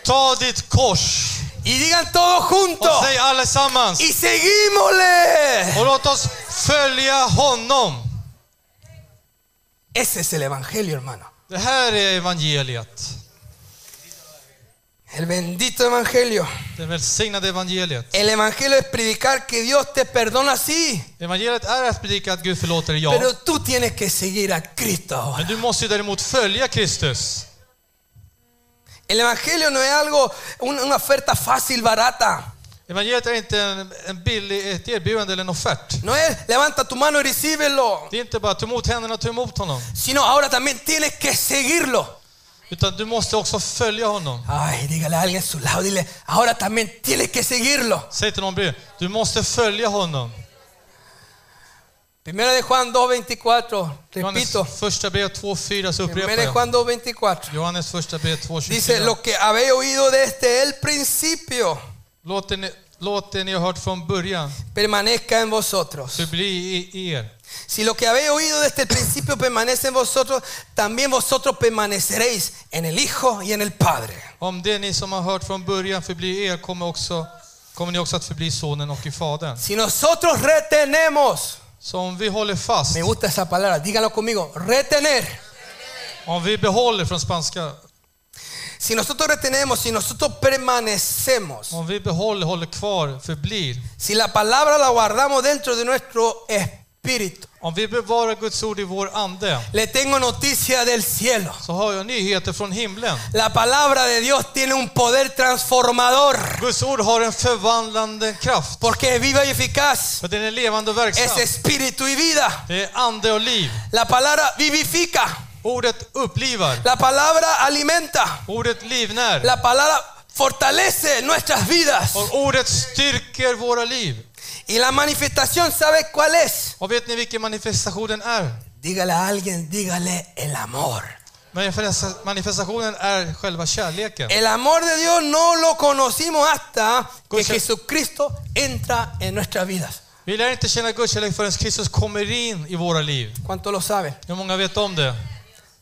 B: ta ditt kors.
A: Y digan todos
B: Och
A: juntos,
B: säg allesammans,
A: y seguímosle.
B: och låt oss följa honom.
A: Ese es el Evangelio, hermano.
B: Det här är evangeliet.
A: El bendito Evangelio.
B: Det välsignade evangeliet.
A: El evangelio es predicar que Dios te perdona, sí,
B: Evangeliet är att predika att Gud förlåter dig, ja.
A: pero tú tienes que seguir a Cristo ahora.
B: Men du måste ju däremot följa Kristus.
A: El evangelio no es algo, un- una oferta fácil, barata.
B: Evangeliet är inte en, en billig, ett erbjudande eller en offert.
A: No es levanta tu mano y recíbelo,
B: Det är inte bara ta emot händerna och ta emot honom.
A: sino ahora también tienes que seguirlo.
B: Utan du måste också följa honom.
A: Ay, dígale a alguien a su lado, dile, ahora también tienes que seguirlo.
B: Säg till någon bredvid, du måste följa honom.
A: Primero de Juan 2.24,
B: Johannes
A: repito,
B: första brev 2.4 så upprepar
A: primero de
B: jag.
A: Juan 2.24.
B: Johannes första brev 2.24.
A: Dice, lo que habéis oído desde el principio
B: Låt det ni, låt det ni har hört från början
A: permanezca en vosotros.
B: förbli i er.
A: Si lo que habéis oído desde el principio permanece en vosotros, también vosotros permaneceréis en el Hijo y en el Padre.
B: Om det ni som har hört från början förblir i er kommer, också, kommer ni också att förbli i sonen och i fadern.
A: Si nosotros retenemos,
B: Så om vi håller fast,
A: me gusta esa palabra, díganlo conmigo, retener.
B: om vi behåller från spanska,
A: Si nosotros retenemos, si nosotros permanecemos,
B: om vi behåller, håller kvar, förblir.
A: si la palabra la guardamos dentro de nuestro espíritu,
B: Om vi bevarar Guds ord i vår ande
A: le tengo noticia del cielo.
B: så har jag nyheter från himlen.
A: La palabra de Dios tiene un poder transformador,
B: Guds ord har en förvandlande kraft.
A: porque es viva y eficaz,
B: För den är levande och
A: es
B: verksam.
A: espíritu y vida.
B: Det är ande och liv.
A: La palabra vivifica.
B: Ordet upplivar.
A: La palabra alimenta.
B: Ordet livnär.
A: La palabra fortalece nuestras vidas.
B: Och ordet styrker våra liv.
A: Y la manifestación, ¿sabe cuál es?
B: Och vet ni vilken manifestationen är?
A: Dígale a alguien, dígale el amor.
B: Manifesta- Manifestationen är själva kärleken.
A: El amor de Dios no lo conocimos hasta que
B: Escucha.
A: Jesucristo entra en nuestras vidas.
B: Vi lär inte känna Guds kärlek förrän Kristus kommer in i våra liv.
A: ¿Cuánto lo sabe?
B: Hur många vet om det?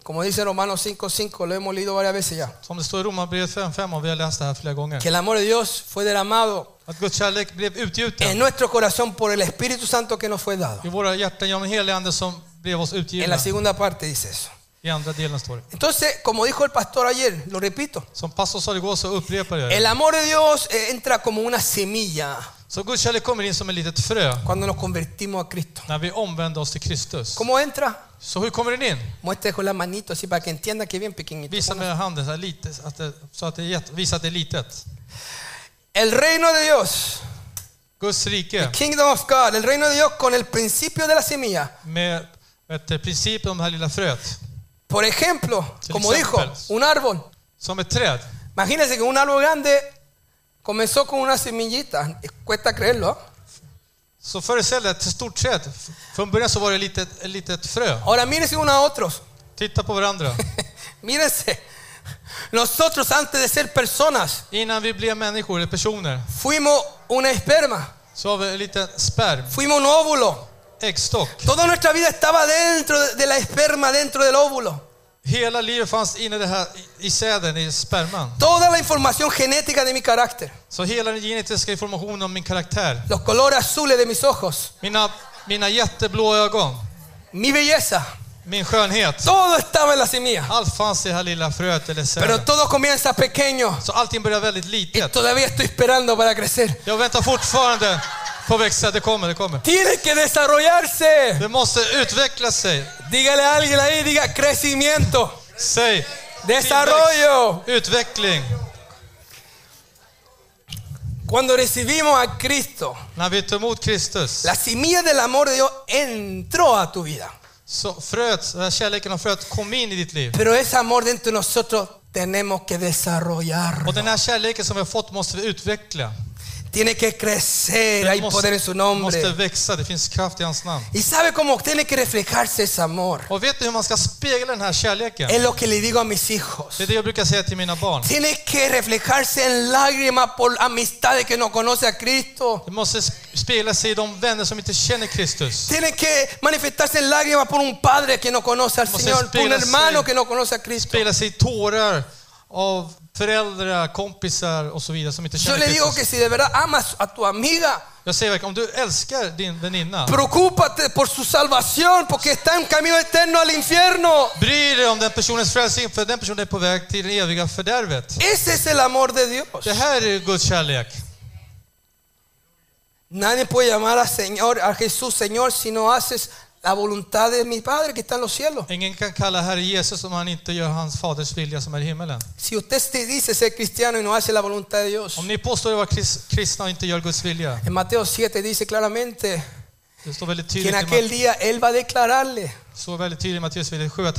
A: Como dice Romanos 5.5, lo hemos leído varias veces ya.
B: Som det står i Romarbrevet 5.5 och vi har läst det här flera
A: Que
B: gånger.
A: el amor de Dios fue derramado
B: Att Guds kärlek blev utgjuten
A: en nuestro corazón por el Espíritu Santo que nos fue dado.
B: i våra hjärtan genom den helige Ande som blev oss
A: En la
B: utgivna.
A: segunda parte dice eso.
B: I andra delen står det.
A: Entonces, como dijo el pastor ayer, lo repito,
B: Som pastorn sa igår så upprepar jag det.
A: El amor de Dios eh, entra como una semilla
B: Så Guds kärlek kommer in som ett litet frö
A: cuando nos convertimos a Cristo.
B: när vi omvänder oss till Kristus.
A: ¿Cómo entra?
B: Så hur kommer den in?
A: Muestre con la manito así para que entienda que bien pequeñito.
B: Visa med handen så, här lite, så att det, så att det är jätte, visa att det är litet.
A: El reino de Dios
B: Guds rike
A: Kingdom of God, el reino de Dios con el principio de la semilla.
B: med vet du, principen om det här lilla fröet.
A: Por ejemplo,
B: Till
A: como dijo,
B: exempel.
A: un árbol.
B: Som ett träd.
A: Imagínense que un árbol grande comenzó con una semillita. Cuesta creerlo. ¿eh?
B: Så föreställ dig ett stort träd. F- Från början så var det ett litet, ett litet frö.
A: Ahora mírense unos a otros.
B: Titta på varandra.
A: Mírense. Nosotros antes de ser personas
B: Innan vi blev människor eller personer
A: fuimos una esperma,
B: så har vi en liten sperm,
A: fuimos un óvulo.
B: äggstock.
A: Toda nuestra vida estaba dentro de la esperma, dentro del óvulo.
B: Hela livet fanns inne i det här, i- i säden, i sperman.
A: Toda la información genética de mi carácter,
B: Så hela den genetiska informationen om min karaktär,
A: los colores azules de mis ojos,
B: mina, mina jätteblå ögon,
A: mi belleza,
B: min skönhet.
A: todo estaba en la semilla.
B: Allt fanns i det här lilla fröet eller
A: Pero
B: säden.
A: todo comienza pequeño
B: Så allting börjar väldigt
A: y
B: litet.
A: todavía estoy esperando para crecer.
B: Jag väntar fortfarande på att växa. Det kommer, det kommer.
A: Tiene que desarrollarse.
B: Det måste utveckla sig.
A: Dígale a alguien ahí, diga crecimiento,
B: Säg.
A: desarrollo.
B: Utveckling.
A: Cuando recibimos a Cristo,
B: När vi tar emot Kristus.
A: la semilla del amor de Dios entró a tu vida.
B: Så fröet, den här kärleken och fröet kom in i ditt liv.
A: Pero ese amor dentro de nosotros tenemos que desarrollarlo.
B: Och den här kärleken som vi har fått måste vi utveckla.
A: Tiene que crecer, hay
B: Den
A: poder en
B: måste,
A: su
B: måste
A: nombre.
B: växa, det finns kraft i hans namn.
A: Y sabe cómo tiene que reflejarse ese amor.
B: Och vet ni hur man ska spegla den här kärleken?
A: Es lo que le digo a mis hijos.
B: Det är det jag brukar säga till mina barn.
A: Tiene que reflejarse en lágrimas por amistades que no conoce a Cristo.
B: Det måste sp- spegla sig i de vänner som inte känner Kristus.
A: Tiene que manifestarse en lágrimas por un padre que no conoce al
B: Como se
A: Señor, por un
B: espera,
A: hermano
B: sí.
A: que no conoce a Cristo.
B: Spegla sig i tårar av föräldrar, kompisar och så vidare som inte
A: Yo
B: känner
A: le digo que
B: Kristus.
A: si de verdad amas a tu amiga,
B: Jag säger verkligen, om du älskar din väninna,
A: preocúpate por su salvación porque está en camino eterno al infierno.
B: bry dig om den personens frälsning, för den personen är på väg till det eviga fördärvet.
A: Ese es el amor de Dios.
B: Det här är Guds kärlek.
A: Nadie puede llamar a Señor, a Jesús Señor si no haces la voluntad de mi Padre que está en los cielos.
B: Ingen kan kalla Herre Jesus om han inte gör hans faders vilja som är i himmelen.
A: Si usted te dice ser cristiano y no hace la voluntad de Dios.
B: Om ni påstår er vara kris- kristna och inte gör Guds vilja,
A: En Mateo 7 dice claramente
B: det står väldigt
A: que
B: tydligt
A: en
B: i
A: aquel
B: Matt-
A: día Él va a declararle,
B: det står väldigt tydligt i Matteus 7 att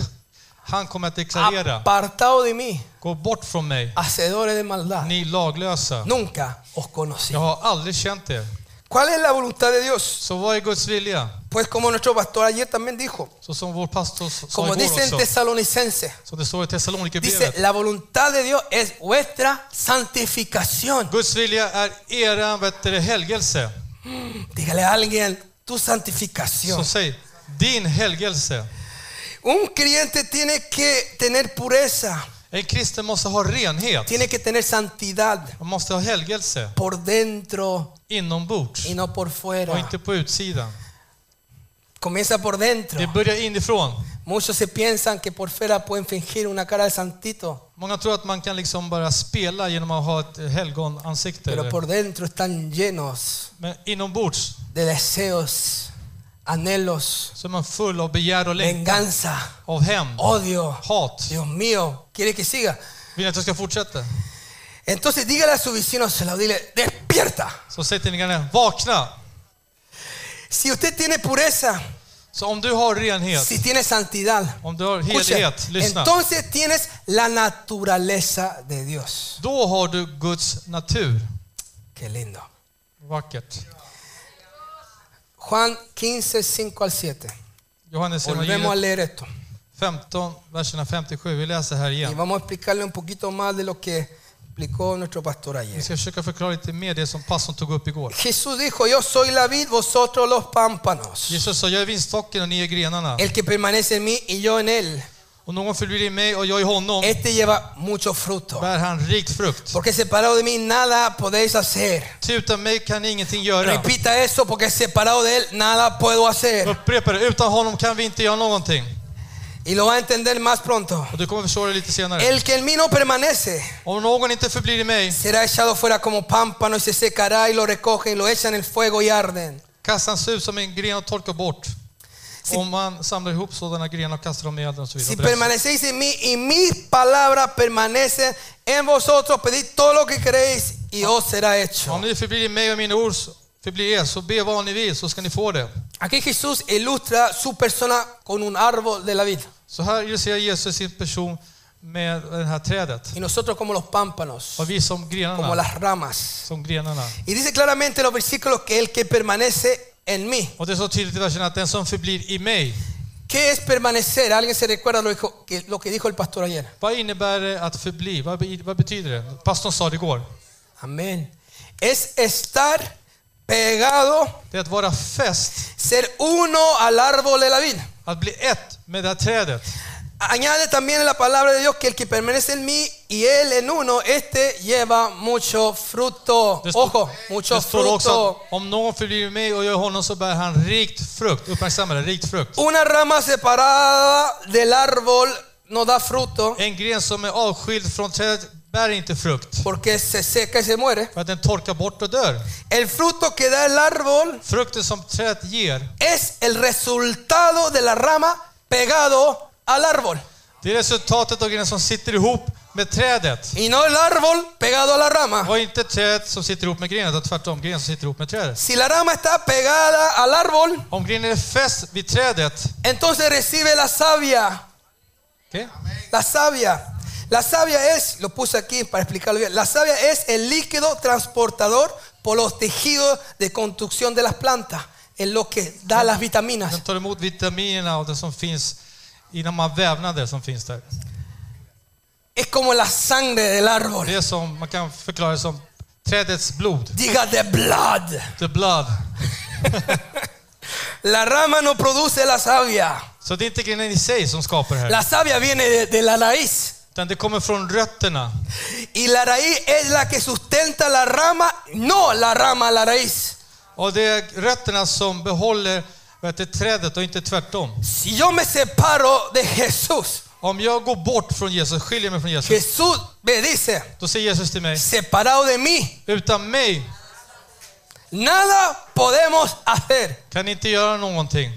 B: han kommer att deklarera,
A: apartado de mí,
B: gå bort från mig,
A: hacedores de maldad.
B: ni laglösa.
A: Nunca os conocí.
B: Jag har aldrig känt er.
A: ¿Cuál es la voluntad de Dios?
B: Så vad är Guds vilja?
A: Pues como nuestro pastor ayer también dijo,
B: Så som vår pastor s- sa
A: como
B: igår
A: dice en
B: också,
A: Tesalonicense,
B: som det står i
A: dice,
B: Thessalonikerbrevet.
A: la voluntad de Dios es vuestra santificación.
B: Guds vilja är era vet du, helgelse.
A: Dígale a alguien, tu
B: Så
A: santificación.
B: säg, din helgelse.
A: Un creyente tiene que tener pureza,
B: En kristen måste ha renhet.
A: tiene que tener santidad
B: Man måste ha helgelse
A: por dentro
B: inombords
A: y no por
B: och
A: fuera.
B: inte på utsidan.
A: Comienza por dentro.
B: Det börjar inifrån.
A: Muchos se piensan que por fuera pueden fingir una cara de santito,
B: Många tror att man kan liksom bara spela genom att ha ett helgonansikte.
A: pero
B: eller-
A: por dentro están llenos
B: Men inombords
A: de deseos, anhelos,
B: så är man full av begär och längtan,
A: venganza,
B: av hämnd,
A: odio.
B: hat.
A: Dios mío, quiere que siga.
B: Vill ni att jag ska fortsätta?
A: Entonces dígale a su vecino, se lo dile, despierta.
B: Så säg till din granne, vakna!
A: Si usted tiene pureza,
B: Så om du har renhet,
A: si tiene santidad,
B: om du har
A: Escuche,
B: helhet, lyssna.
A: entonces tienes la naturaleza de Dios.
B: Då har du Guds natur.
A: Qué lindo.
B: Vackert.
A: Juan 15, 5 al 7.
B: Johannes
A: Volvemos a
B: evangeliet
A: leer esto.
B: 15, verserna 57. Vi läser här
A: Y
B: igen.
A: vamos a explicarle un poquito más de lo que explicó nuestro pastor
B: Vi
A: ayer.
B: ska försöka förklara lite mer det som pastorn tog upp igår.
A: Jesús dijo, yo soy la vid, vosotros los pámpanos.
B: Jesus sa, jag är vinstocken och ni är grenarna.
A: El que permanece en mí y yo en él,
B: Om någon förblir i mig och jag i honom,
A: este lleva mucho fruto.
B: bär han rikt frukt.
A: Porque separado de mí nada podéis hacer.
B: Ty utan mig kan ni ingenting göra.
A: Repita eso porque separado de él nada puedo hacer.
B: Upprepa det, utan honom kan vi inte göra någonting.
A: Y lo va a entender más pronto.
B: Och du kommer förstå det lite senare.
A: El que en mí no permanece
B: Om någon inte förblir i mig,
A: será echado fuera como pámpano y se secará y lo recogen y lo echan en el fuego y arden.
B: kastans ut som en gren och torkar bort. Om man samlar ihop sådana grenar och kastar dem i elden och
A: Si
B: så vidare. Bränns.
A: permanecéis en mí y mis palabras permanecen en vosotros, pedid todo lo que queréis y os será hecho.
B: Om ni förblir i mig och mina ord förbli er, så be vanligtvis så ska ni få det.
A: Aquí Jesús ilustra su persona con un árbol de la vida.
B: Så här illustrerar Jesus sin person med det här trädet.
A: Y nosotros como los pámpanos,
B: Och vi som
A: como
B: grenarna.
A: las ramas.
B: Som grenarna.
A: Y dice claramente en los versículos que el que permanece en mí.
B: Och det är så tydligt i versen att den som förblir i mig.
A: ¿Qué es permanecer? ¿Alguien se recuerda lo, dijo- que- lo que dijo el pastor ayer?
B: Vad innebär det att förbli? Vad, be- vad betyder det? Pastorn sa det igår.
A: Amén. Es estar pegado,
B: Det är att vara fäst,
A: ser uno al árbol de la vida.
B: att bli ett med det här trädet.
A: Añade también en la palabra de Dios que el que permanece en mí y él en uno, este lleva mucho fruto.
B: Det, står-
A: Ojo, mucho
B: det står också
A: fruto.
B: att om någon förblir i mig och jag i honom så bär han rikt frukt. Uppmärksamma det, rikt frukt.
A: Una rama separada del árbol no da fruto
B: En gren som är avskild från trädet bär inte frukt.
A: porque se seca y se muere.
B: För att den torkar bort och dör.
A: El fruto que da el árbol
B: Frukten som trädet ger,
A: es el resultado de la rama pegado al árbol.
B: det är resultatet av grenen som sitter ihop med trädet.
A: Y no el árbol pegado a la rama.
B: Och inte trädet som sitter ihop med grenen, utan tvärtom, grenen som sitter ihop med trädet.
A: Si la rama está pegada al árbol,
B: Om grenen är fäst vid trädet,
A: entonces recibe la savia.
B: okej?
A: La savia. La savia es, lo puse aquí para explicarlo bien, la savia es el líquido transportador por los tejidos de construcción de las plantas, en lo que da las
B: den
A: vitaminas.
B: tar emot vitaminerna och det som finns inom de här vävnader som finns där.
A: Es como la sangre del
B: Det
A: árbol.
B: är som, man kan förklara det som trädets blod,
A: Diga the blood.
B: the blood.
A: La rama no produce la savia.
B: Så det är inte grenen i sig som skapar det här,
A: La savia viene de, de la raíz.
B: utan det kommer från rötterna.
A: Y la raíz es la que sustenta la rama, no la rama a la raíz.
B: Och det är rötterna som behåller vet du, trädet och inte tvärtom.
A: Si yo me separo de Jesús,
B: Om jag går bort från Jesus, skiljer mig från Jesus,
A: Jesús me dice,
B: då säger Jesus till mig,
A: separado de mí,
B: utan mig
A: nada podemos hacer.
B: kan ni inte göra någonting.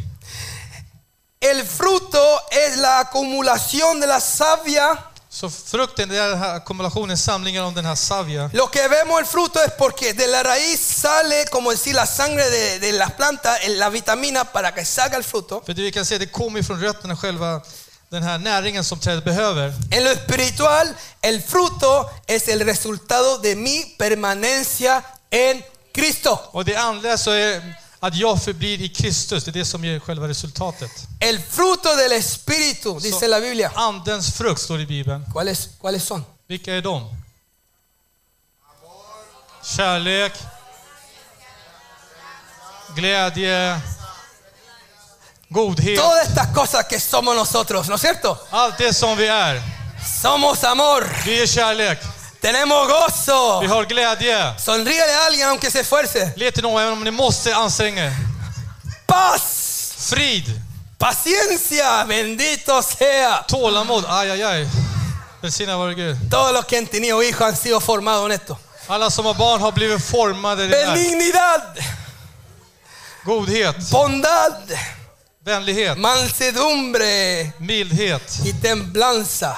A: El fruto es la acumulación de la savia.
B: Så frukten, det är den här ackumulationen, samlingen av den här savia.
A: Lo que vemos el fruto es porque de la raíz sale, como decir, la sangre de, de las plantas, en la vitamina para que salga el fruto.
B: För det vi kan se, det kommer ju från rötterna själva, den här näringen som trädet behöver.
A: En lo espiritual, el fruto es el resultado de mi permanencia en Cristo.
B: Och det andliga så är att jag förblir i Kristus, det är det som ger själva resultatet.
A: El fruto del Espíritu, dice la Biblia.
B: Andens frukt står i Bibeln.
A: ¿Cuáles, cuáles son?
B: Vilka är de? Kärlek. Glädje. Godhet.
A: Todas estas cosas que somos nosotros, ¿no es cierto?
B: Allt det som vi är.
A: Somos amor,
B: Vi är kärlek.
A: tenemos gozo.
B: Vi har glädje.
A: Sonríele a alguien aunque se esfuerce.
B: Le till någon även om ni måste anstränga er.
A: Paz,
B: Frid.
A: paciencia, bendito sea.
B: Tålamod. Aj, aj, aj. Välsignad vare Gud.
A: Todos los que han tenido hijos han sido formados en esto.
B: Alla som har barn har blivit formade i det här.
A: Benignidad,
B: Godhet.
A: bondad,
B: Vänlighet.
A: mansedumbre
B: Mildhet.
A: y templanza.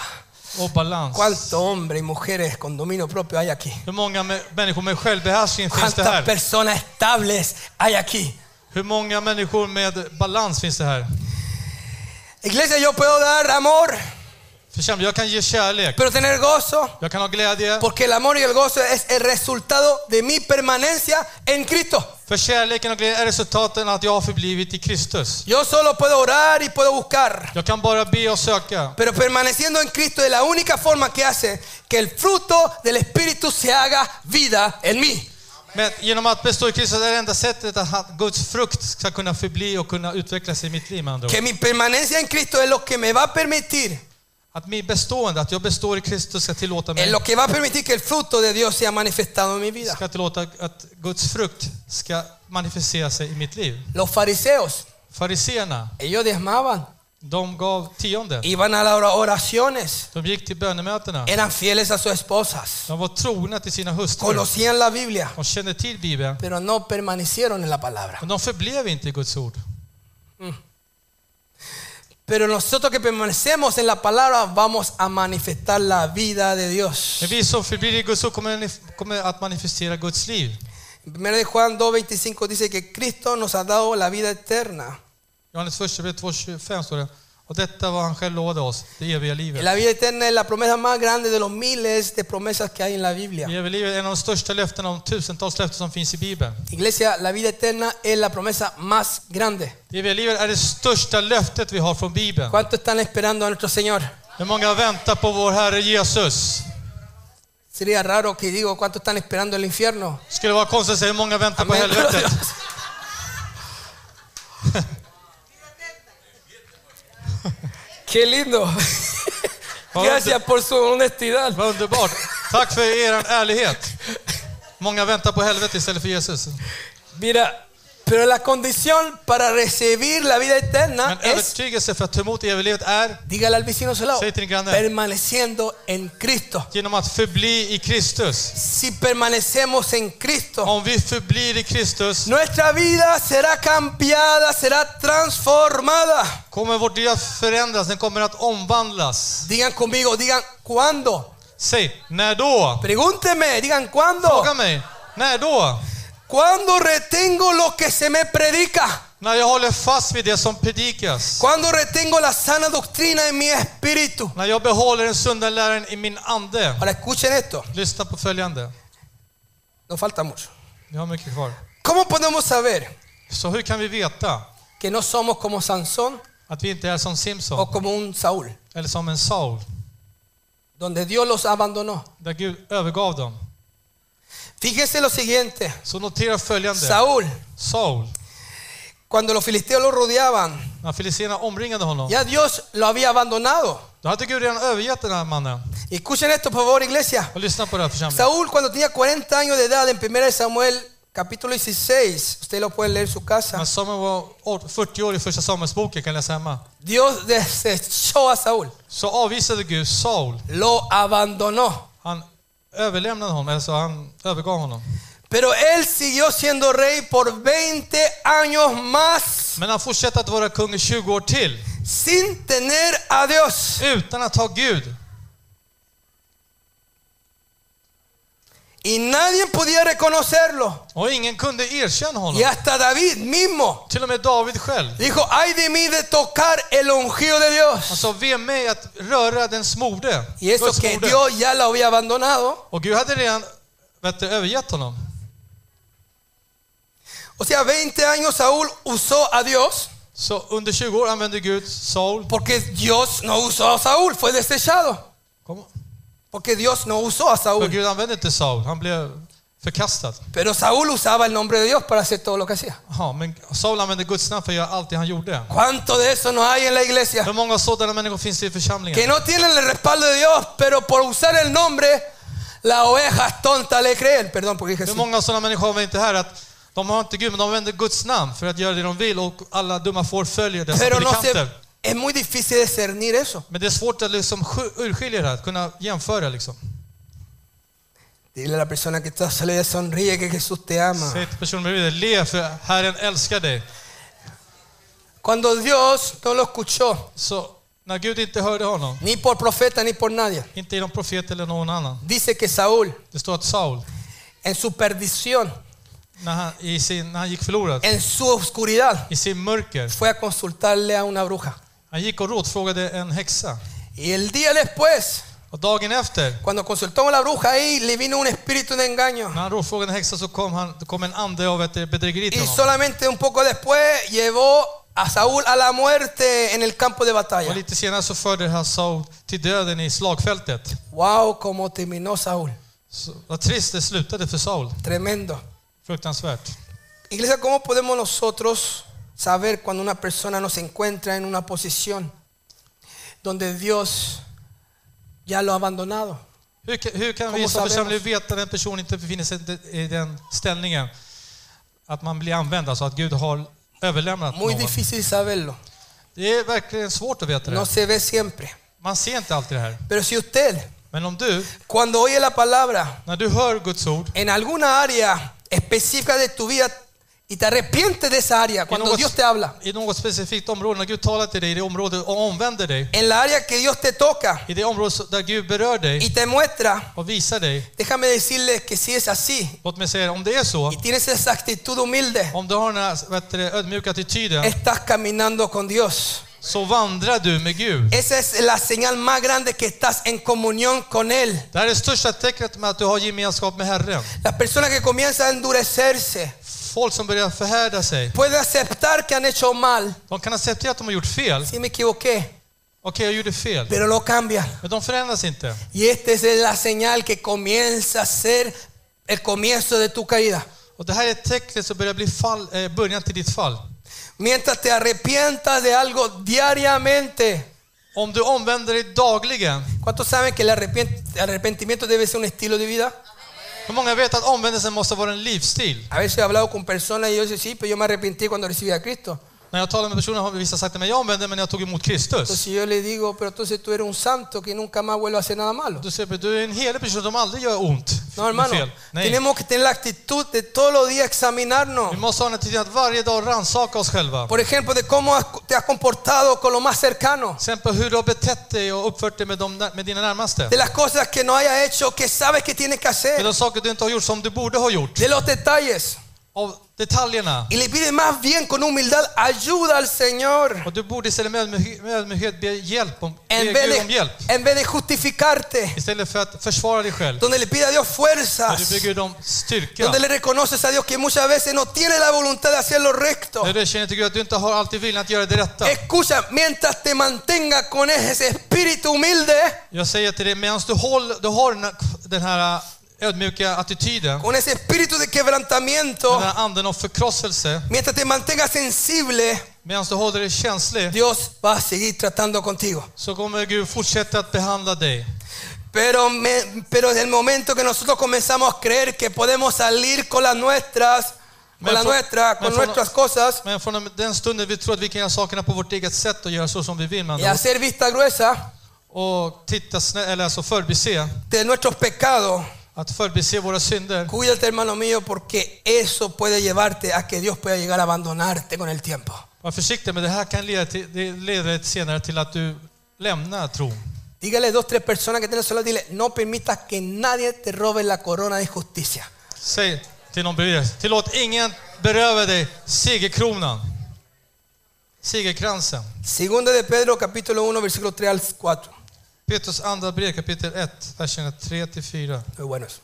B: Och balans.
A: ¿Cuánto hombre y mujeres con dominio propio hay aquí?
B: Hur många med, människor med självbehärskning finns det
A: ¿Cuántas
B: här?
A: personas estables hay aquí?
B: Hur många människor med balans finns det här?
A: Iglesia, yo puedo dar amor,
B: Församling, jag kan ge kärlek.
A: pero tener gozo.
B: Jag kan ha glädje.
A: Porque el amor y el gozo es el resultado de mi permanencia en Cristo.
B: För kärleken och glädjen är resultaten att jag har förblivit i Kristus.
A: Yo solo puedo orar y puedo buscar.
B: Jag kan bara be och söka.
A: Pero permaneciendo en Cristo es la única forma que hace que el fruto del Espíritu se haga vida en mí.
B: Men genom att bestå i Kristus är det enda sättet att han- Guds frukt ska kunna förbli och kunna utvecklas i mitt liv med andra ord.
A: Que mi permanencia en Cristo es lo que me va a permitir,
B: Att mitt bestående, att jag består i Kristus ska tillåta
A: es
B: mig,
A: lo que va a permitir que el fruto de Dios sea manifestado en mi vida.
B: ska tillåta att Guds frukt ska manifestera sig i mitt liv.
A: Los fariseos,
B: Fariseerna,
A: ellos diezmaban,
B: de gav tionde.
A: iban a las oraciones,
B: De gick till bönemötena.
A: eran fieles a sus esposas,
B: De var trogna till sina hustrur.
A: conocían la Biblia,
B: De kände till Bibeln,
A: pero no permanecieron en la palabra.
B: men de förblev inte i Guds ord.
A: Pero nosotros que permanecemos en la palabra vamos a manifestar la vida de Dios.
B: Men vi som förblir i Guds ord kommer, kommer att manifestera Guds liv.
A: En 1 de Juan 2.25 dice que Cristo nos ha dado la vida eterna.
B: Johannes första brev 2.25 står det. Och detta var han själv lovade oss, det eviga
A: Y
B: livet.
A: La vida eterna es la promesa más grande de los miles de promesas que hay en la
B: Det
A: Biblia.
B: eviga livet är en av de största löftena, de tusentals löften som finns i Bibeln.
A: Iglesia, la vida eterna es la promesa más grande.
B: Det eviga livet är det största löftet vi har från Bibeln.
A: ¿Cuántos están esperando a nuestro Señor?
B: Hur många väntar på vår Herre Jesus?
A: Sería raro que digo cuántos están esperando el infierno.
B: Skulle vara konstigt att säga hur många väntar på
A: Amén.
B: helvetet.
A: Qué lindo. Gracias por su honestidad.
B: Vad underbart. Tack för er ärlighet. Många väntar på helvetet istället för Jesus.
A: Mira, pero la condición para recibir la vida eterna
B: Men
A: es,
B: övertygelse för att ta emot evigt är
A: dígale al vecino a su lado,
B: Sí, tiene que andar.
A: permaneciendo en Cristo.
B: genom att förbli i Kristus.
A: Si permanecemos en Cristo,
B: Om vi förblir i Kristus
A: nuestra vida será cambiada, será transformada.
B: kommer vårt liv att förändras, den kommer att omvandlas.
A: Digan conmigo, digan cuándo.
B: Säg, när då?
A: Pregúnteme, digan cuándo.
B: Fråga mig, när då?
A: Cuando retengo lo que se me predica.
B: När jag håller fast vid det som predikas.
A: Cuando retengo la sana doctrina en mi espíritu.
B: När jag behåller den sunda läran i min ande.
A: Ahora escuchen esto,
B: Lyssna på följande.
A: nos falta mucho.
B: Vi har mycket kvar.
A: ¿Cómo podemos saber
B: Så hur kan vi veta
A: que no somos como Sansón
B: att vi inte är som Simson
A: o como un Saúl,
B: eller som en Saul?
A: donde Dios los abandonó?
B: Där Gud övergav dem.
A: Fíjese lo siguiente,
B: Så notera följande.
A: Saúl,
B: Saul,
A: cuando los filisteos lo rodeaban,
B: när filisterna omringade honom,
A: ya Dios lo había abandonado.
B: då hade Gud redan övergett den här mannen.
A: Escuchen esto, por favor, iglesia.
B: Och lyssna på det här församlingen.
A: Saúl cuando tenía 40 años de edad en 1 Samuel capítulo 16, usted lo puede leer en su casa,
B: När Samuel var åt- 40 år i första Samuelsboken, kan jag läsa hemma,
A: Dios desechó a Saúl,
B: så avvisade Gud Saul.
A: lo abandonó,
B: Han överlämnade honom, eller så han övergav honom.
A: pero él siguió siendo rey por 20 años más
B: Men han fortsatte att vara kung i 20 år till,
A: sin tener a Dios.
B: utan att ha Gud.
A: Y nadie podía reconocerlo.
B: Och ingen kunde erkänna
A: Y
B: honom.
A: hasta David mismo
B: Till och med David själv.
A: dijo, ay de mí de tocar el ungido de
B: Han
A: Dios.
B: sa, ve mig att röra den smorde.
A: Y eso
B: Guds
A: que
B: smorde.
A: Dios ya lo había abandonado.
B: Och Gud hade redan vet du, övergett honom.
A: O sea, 20 años Saúl usó a Dios
B: Så under 20 år använde Gud Saul.
A: porque Dios no usó a Saúl, fue desechado.
B: Kom.
A: Porque Dios no usó a
B: För
A: Saúl.
B: Gud använde inte Saul, han blev förkastad.
A: Pero Saúl usaba el nombre de Dios para hacer todo lo que hacía.
B: Ja, men Saul använde Guds namn för att göra allt det han gjorde.
A: ¿Cuánto de eso no hay en la iglesia?
B: Hur många sådana människor finns det i församlingen?
A: Que no tienen el respaldo de Dios, pero por usar el nombre, las ovejas tontas le creen. Perdón, porque dije
B: Hur
A: así.
B: många sådana människor har vi inte här? Att de har inte Gud, men de använder Guds namn för att göra det de vill och alla dumma får följer dessa
A: Pero no se,
B: predikanter.
A: es muy difícil discernir eso.
B: Men det är svårt att liksom sju- urskilja det här, att kunna jämföra liksom.
A: Dile a la persona que está sola sonríe que Jesús te ama.
B: Säg till personen bredvid dig, le för Herren älskar dig.
A: Cuando Dios no lo escuchó,
B: Så när Gud inte hörde honom,
A: ni por profeta ni por nadie,
B: inte genom profet eller någon annan.
A: dice que Saúl,
B: Det står att Saul,
A: en su perdición,
B: när han, i sin, när han gick förlorad,
A: en su oscuridad,
B: i sin mörker,
A: fue a consultarle a una bruja.
B: han gick och rådfrågade en häxa.
A: Y el día después,
B: Och dagen efter,
A: cuando consultó a la bruja ahí, le vino un espíritu de engaño.
B: när han rådfrågade en häxa så kom, han, det kom en ande av ett bedrägeri till
A: Y
B: honom.
A: solamente un poco después llevó a Saúl a la muerte en el campo de
B: Och
A: batalla.
B: lite senare så förde han Saul till döden i slagfältet.
A: ¡Wow! Cómo terminó Saúl.
B: Så, vad trist det slutade för Saul.
A: Tremendo.
B: Fruktansvärt.
A: Iglesia, ¿cómo podemos nosotros saber cuando una persona nos encuentra en una posición donde Dios ya lo ha abandonado?
B: Hur, ka- hur kan
A: Kom
B: vi
A: och
B: som
A: sabemos.
B: församling veta att en person inte befinner sig i den ställningen? Att man blir använd, alltså att Gud har överlämnat
A: Muy
B: någon.
A: difícil saberlo.
B: Det är verkligen svårt att veta
A: No
B: det.
A: se ve siempre.
B: Man ser inte alltid det här.
A: Pero si usted,
B: Men om du,
A: cuando oye la palabra,
B: när du hör Guds ord,
A: en alguna área específica de tu vida y te arrepientes de esa área cuando
B: något-
A: Dios te habla.
B: I något specifikt område, när Gud talar till dig i det området och omvänder dig,
A: En la área que Dios te toca
B: i det område så- där Gud berör dig
A: y te muestra,
B: och visar dig.
A: déjame decirles que si es así
B: Låt mig säga, om det är så,
A: y tienes esa actitud humilde,
B: om du har den här vad heter det, ödmjuka attityden,
A: estás caminando con Dios.
B: så vandrar du med Gud.
A: Esa es la señal más grande que estás en comunión con Él.
B: Det här är det största tecknet med att du har gemenskap med Herren.
A: Las personas que comienzan a endurecerse
B: Folk som börjar förhärda sig,
A: pueden aceptar que han hecho mal.
B: de kan acceptera att de har gjort fel. Okej,
A: Si me equivoqué,
B: jag gjorde fel.
A: pero lo cambian.
B: Men de förändras inte.
A: Y esta es la señal que comienza a ser el comienzo de tu caída.
B: Och det här är tecknet som börjar bli fall, eh, början till ditt fall.
A: Mientras te arrepientas de algo diariamente.
B: Om du omvänder dig dagligen.
A: ¿Cuántos saben que el arrepient- el arrepentimiento debe ser un estilo de vida?
B: Hur många vet att omvändelsen måste vara en livsstil?
A: A veces he hablado con personas y yo digo, sí, pero yo me arrepentí cuando recibí a Cristo.
B: När jag talar med personer har vissa sagt att jag omvände mig när jag tog emot Kristus.
A: Entonces yo le digo, pero entonces tú eres un santo que nunca más vuelve a hacer nada malo.
B: Du ser du är en helig person som aldrig gör ont.
A: No, hermano,
B: Fel. Nej.
A: tenemos que tener la actitud de todos los días
B: Vi
A: examinarnos.
B: måste ha den attityden att varje dag rannsaka oss själva. Till
A: Por ejemplo, de cómo has- te has comportado con lo más cercano.
B: exempel hur du har betett dig och uppfört dig med, de, med dina närmaste.
A: De las cosas que no hayas hecho, que sabes que tienes que
B: Med
A: hacer.
B: de saker du inte har gjort som du borde ha gjort.
A: De los detalles.
B: Av detaljerna.
A: Y le pide más bien con humildad ayuda al Señor.
B: Och du borde istället med ödmjuk- med ödmjukhet be, hjälp om, be
A: En vez,
B: Gud om
A: de,
B: hjälp.
A: en vez de justificarte.
B: Istället för att försvara dig själv.
A: Donde le pide a Dios
B: När du
A: fuerzas.
B: bygger dem styrka.
A: Donde le reconoces a Dios que muchas veces no tiene la voluntad de hacer lo recto.
B: När du känner till Gud att du inte har alltid viljan att göra det rätta.
A: Escucha, mientras te mantenga con ese espíritu humilde,
B: Jag säger till dig, medan du, håll, du har den här- den här äh, ödmjuka attityden,
A: con ese espíritu de
B: den
A: quebrantamiento,
B: här anden av förkrosselse,
A: mientras te mantengas sensible,
B: medan du håller dig känslig,
A: Dios va a seguir tratando contigo.
B: så kommer Gud fortsätta att behandla dig.
A: Pero, me- pero en el momento que nosotros comenzamos a creer que podemos salir con las nuestras,
B: Me
A: con las
B: fo-
A: nuestras,
B: me
A: con
B: fo-
A: nuestras cosas
B: Men från den stunden vi tror att vi kan göra sakerna på vårt eget sätt och göra så som vi vill
A: y
B: med andra ord,
A: hacer vista gruesa
B: och titta snä- eller alltså förbise,
A: de nuestros pecados,
B: att förbise våra synder,
A: cuídate hermano mío porque eso puede llevarte a que Dios pueda llegar a abandonarte con el tiempo.
B: var försiktig med det här kan leda, till, det leder till senare till att du lämnar tron.
A: Dígale dos, tres personas que tienes solo, dile, no permitas que nadie te robe la corona de justicia.
B: Säg till någon bredvid dig, tillåt ingen beröva dig segerkronan. Segerkransen.
A: Segunda de Pedro capítulo 1 versículo 3 al 4.
B: Petrus andra brev kapitel 1, verserna 3-4.
A: Muy bueno eso.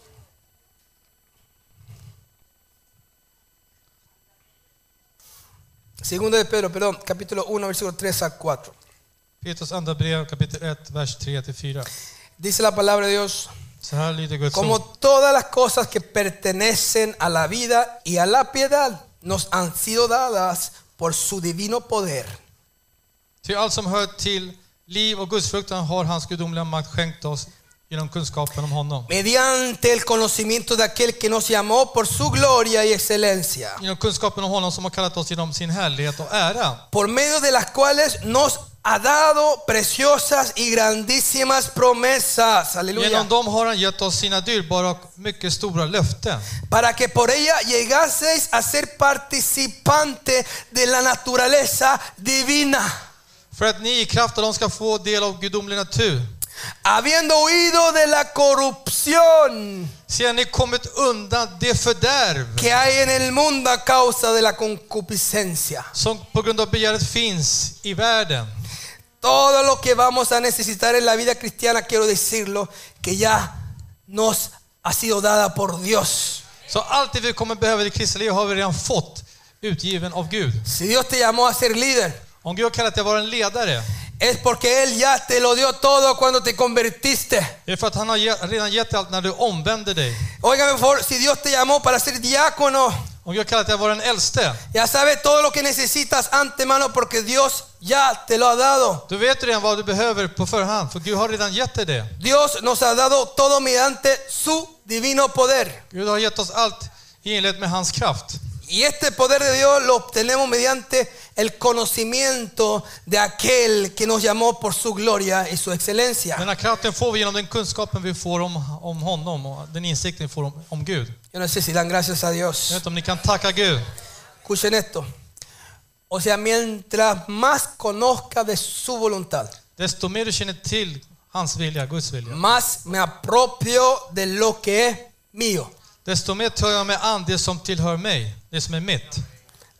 A: Segunda de Pedro, perdón, capítulo 1 versículo 3 al 4.
B: Petrus andra brev kapitel 1, vers 3-4.
A: Dice la palabra de Dios.
B: Så här lyder Guds
A: Como
B: ord.
A: todas las cosas que pertenecen a la vida y a la piedad nos han sido dadas por su divino poder.
B: Ty allt som hör till liv och gudsfruktan har hans gudomliga makt skänkt oss genom kunskapen om honom.
A: Mediante el conocimiento de aquel que nos llamó por su gloria y excelencia,
B: Genom kunskapen om honom som har kallat oss genom sin härlighet och ära.
A: por medio de las cuales nos ha dado preciosas y grandísimas promesas. Aleluya.
B: Genom dem har han gett oss sina dyrbara och mycket stora löften.
A: Para que por ella llegaseis a ser participante de la naturaleza divina.
B: För att ni i kraft av dem ska få del av gudomlig natur.
A: Habiendo huido de la corrupción
B: Sedan ni kommit undan det fördärv
A: que hay en el mundo a causa de la concupiscencia.
B: som på grund av begäret finns i världen.
A: Todo lo que vamos a necesitar en la vida cristiana, quiero decirlo, que ya nos ha sido dada por Dios.
B: Så allt det vi kommer behöva i det kristna livet har vi redan fått utgiven av Gud.
A: Si Dios te llamó a ser líder,
B: Om Gud har kallat dig att vara en ledare,
A: es porque Él ya te lo dio todo cuando te convertiste.
B: det är för att han har ge- redan gett dig allt när du omvänder dig.
A: Óigame por favor, si Dios te llamó para ser diácono,
B: Om Gud har kallat dig att vara en äldste,
A: ya sabes todo lo que necesitas antemano porque Dios ya te lo ha dado.
B: då vet du redan vad du behöver på förhand, för Gud har redan gett dig det.
A: Dios nos ha dado todo mediante su divino poder.
B: Gud har gett oss allt i enlighet med hans kraft.
A: Y este poder de Dios lo obtenemos mediante el conocimiento de aquel que nos llamó por su gloria y su excelencia.
B: Den här kraften får vi genom den kunskapen vi får om, om honom och den insikten vi får om, om Gud.
A: Yo no sé si dan gracias a
B: Jag vet
A: Dios.
B: inte om ni kan tacka Gud.
A: Escuchen esto. O sea, mientras más conozca de su voluntad,
B: Desto mer du känner till hans vilja, Guds vilja,
A: más me apropio de lo que es mío.
B: desto mer tar jag mig an det som tillhör mig, det som är mitt.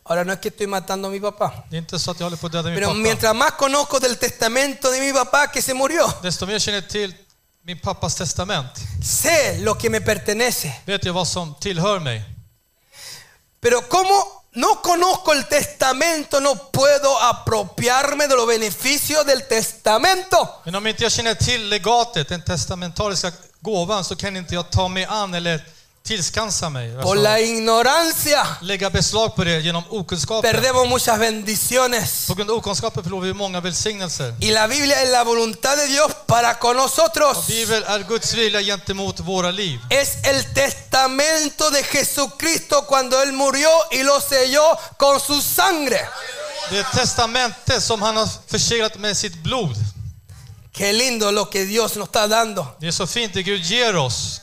A: Ahora no es que estoy matando a mi papá,
B: Det är inte så att jag håller på att döda min
A: pero
B: pappa.
A: mientras más conozco del testamento de mi papá que se murió,
B: Desto mer jag känner till min pappas testament,
A: sé lo que me pertenece.
B: vet jag vad som tillhör mig.
A: Pero como no conozco el testamento, no puedo apropiarme de los beneficios del testamento.
B: Men om inte jag känner till legatet, den testamentariska gåvan, så kan inte jag ta mig an eller tillskansa mig.
A: Por
B: Alltså,
A: la ignorancia
B: lägga beslag på det genom okunskapen.
A: perdemos muchas bendiciones.
B: På grund av okunskapen förlorar vi många välsignelser.
A: Y la Biblia es la voluntad de Dios para con nosotros.
B: Bibeln är Guds vilja gentemot våra liv.
A: Es el testamento de Jesucristo cuando Él murió y lo selló con su sangre.
B: Det är testamentet som han har förseglat med sitt blod.
A: Qué lindo lo que Dios nos está dando.
B: Det är så fint det Gud ger oss.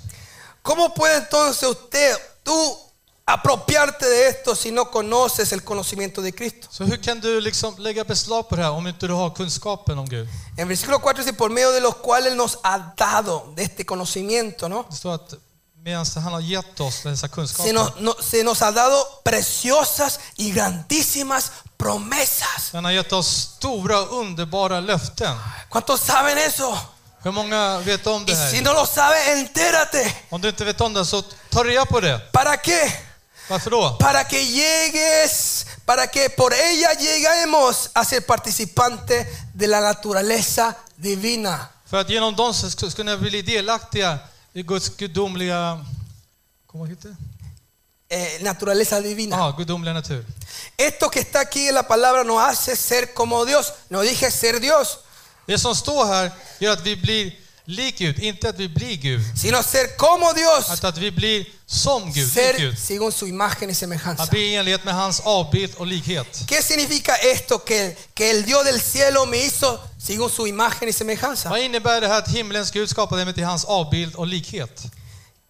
A: ¿Cómo puede entonces usted, tú, apropiarte de esto si no conoces el conocimiento de Cristo?
B: Så hur kan du liksom lägga beslag på det här om inte du har kunskapen om Gud?
A: En versículo 4 dice, por medio de los cuales Él nos ha dado de este conocimiento, ¿no?
B: Det står att medan han har gett oss dessa kunskaper
A: Se nos, no- se nos ha dado preciosas y grandísimas promesas.
B: Han har gett oss stora underbara löften.
A: ¿Cuántos saben eso?
B: Hur många vet om det
A: Y si
B: här?
A: no lo sabes, entérate.
B: Om du inte vet om det så ta reda på det.
A: ¿Para qué?
B: Varför då?
A: Para que llegues, para que por ella lleguemos a ser participantes de la naturaleza divina.
B: För att genom dem så sk- skulle ni bli delaktiga i Guds gudomliga... Kommer jag hit?
A: Eh, naturaleza divina.
B: Ja, gudomliga natur.
A: Esto que está aquí en la palabra nos hace ser como Dios. No dije ser Dios,
B: Det som står här gör att vi blir lik Gud, inte att vi blir Gud.
A: sino ser como Dios.
B: Att, att vi blir som Gud, lik
A: Ser
B: Gud.
A: según su imagen y semejanza.
B: Att vi är i enlighet med hans avbild och likhet.
A: ¿Qué significa esto? Que, que el Dios del cielo me hizo según su imagen y semejanza.
B: Vad innebär det här att himlens Gud skapade mig till hans avbild och likhet?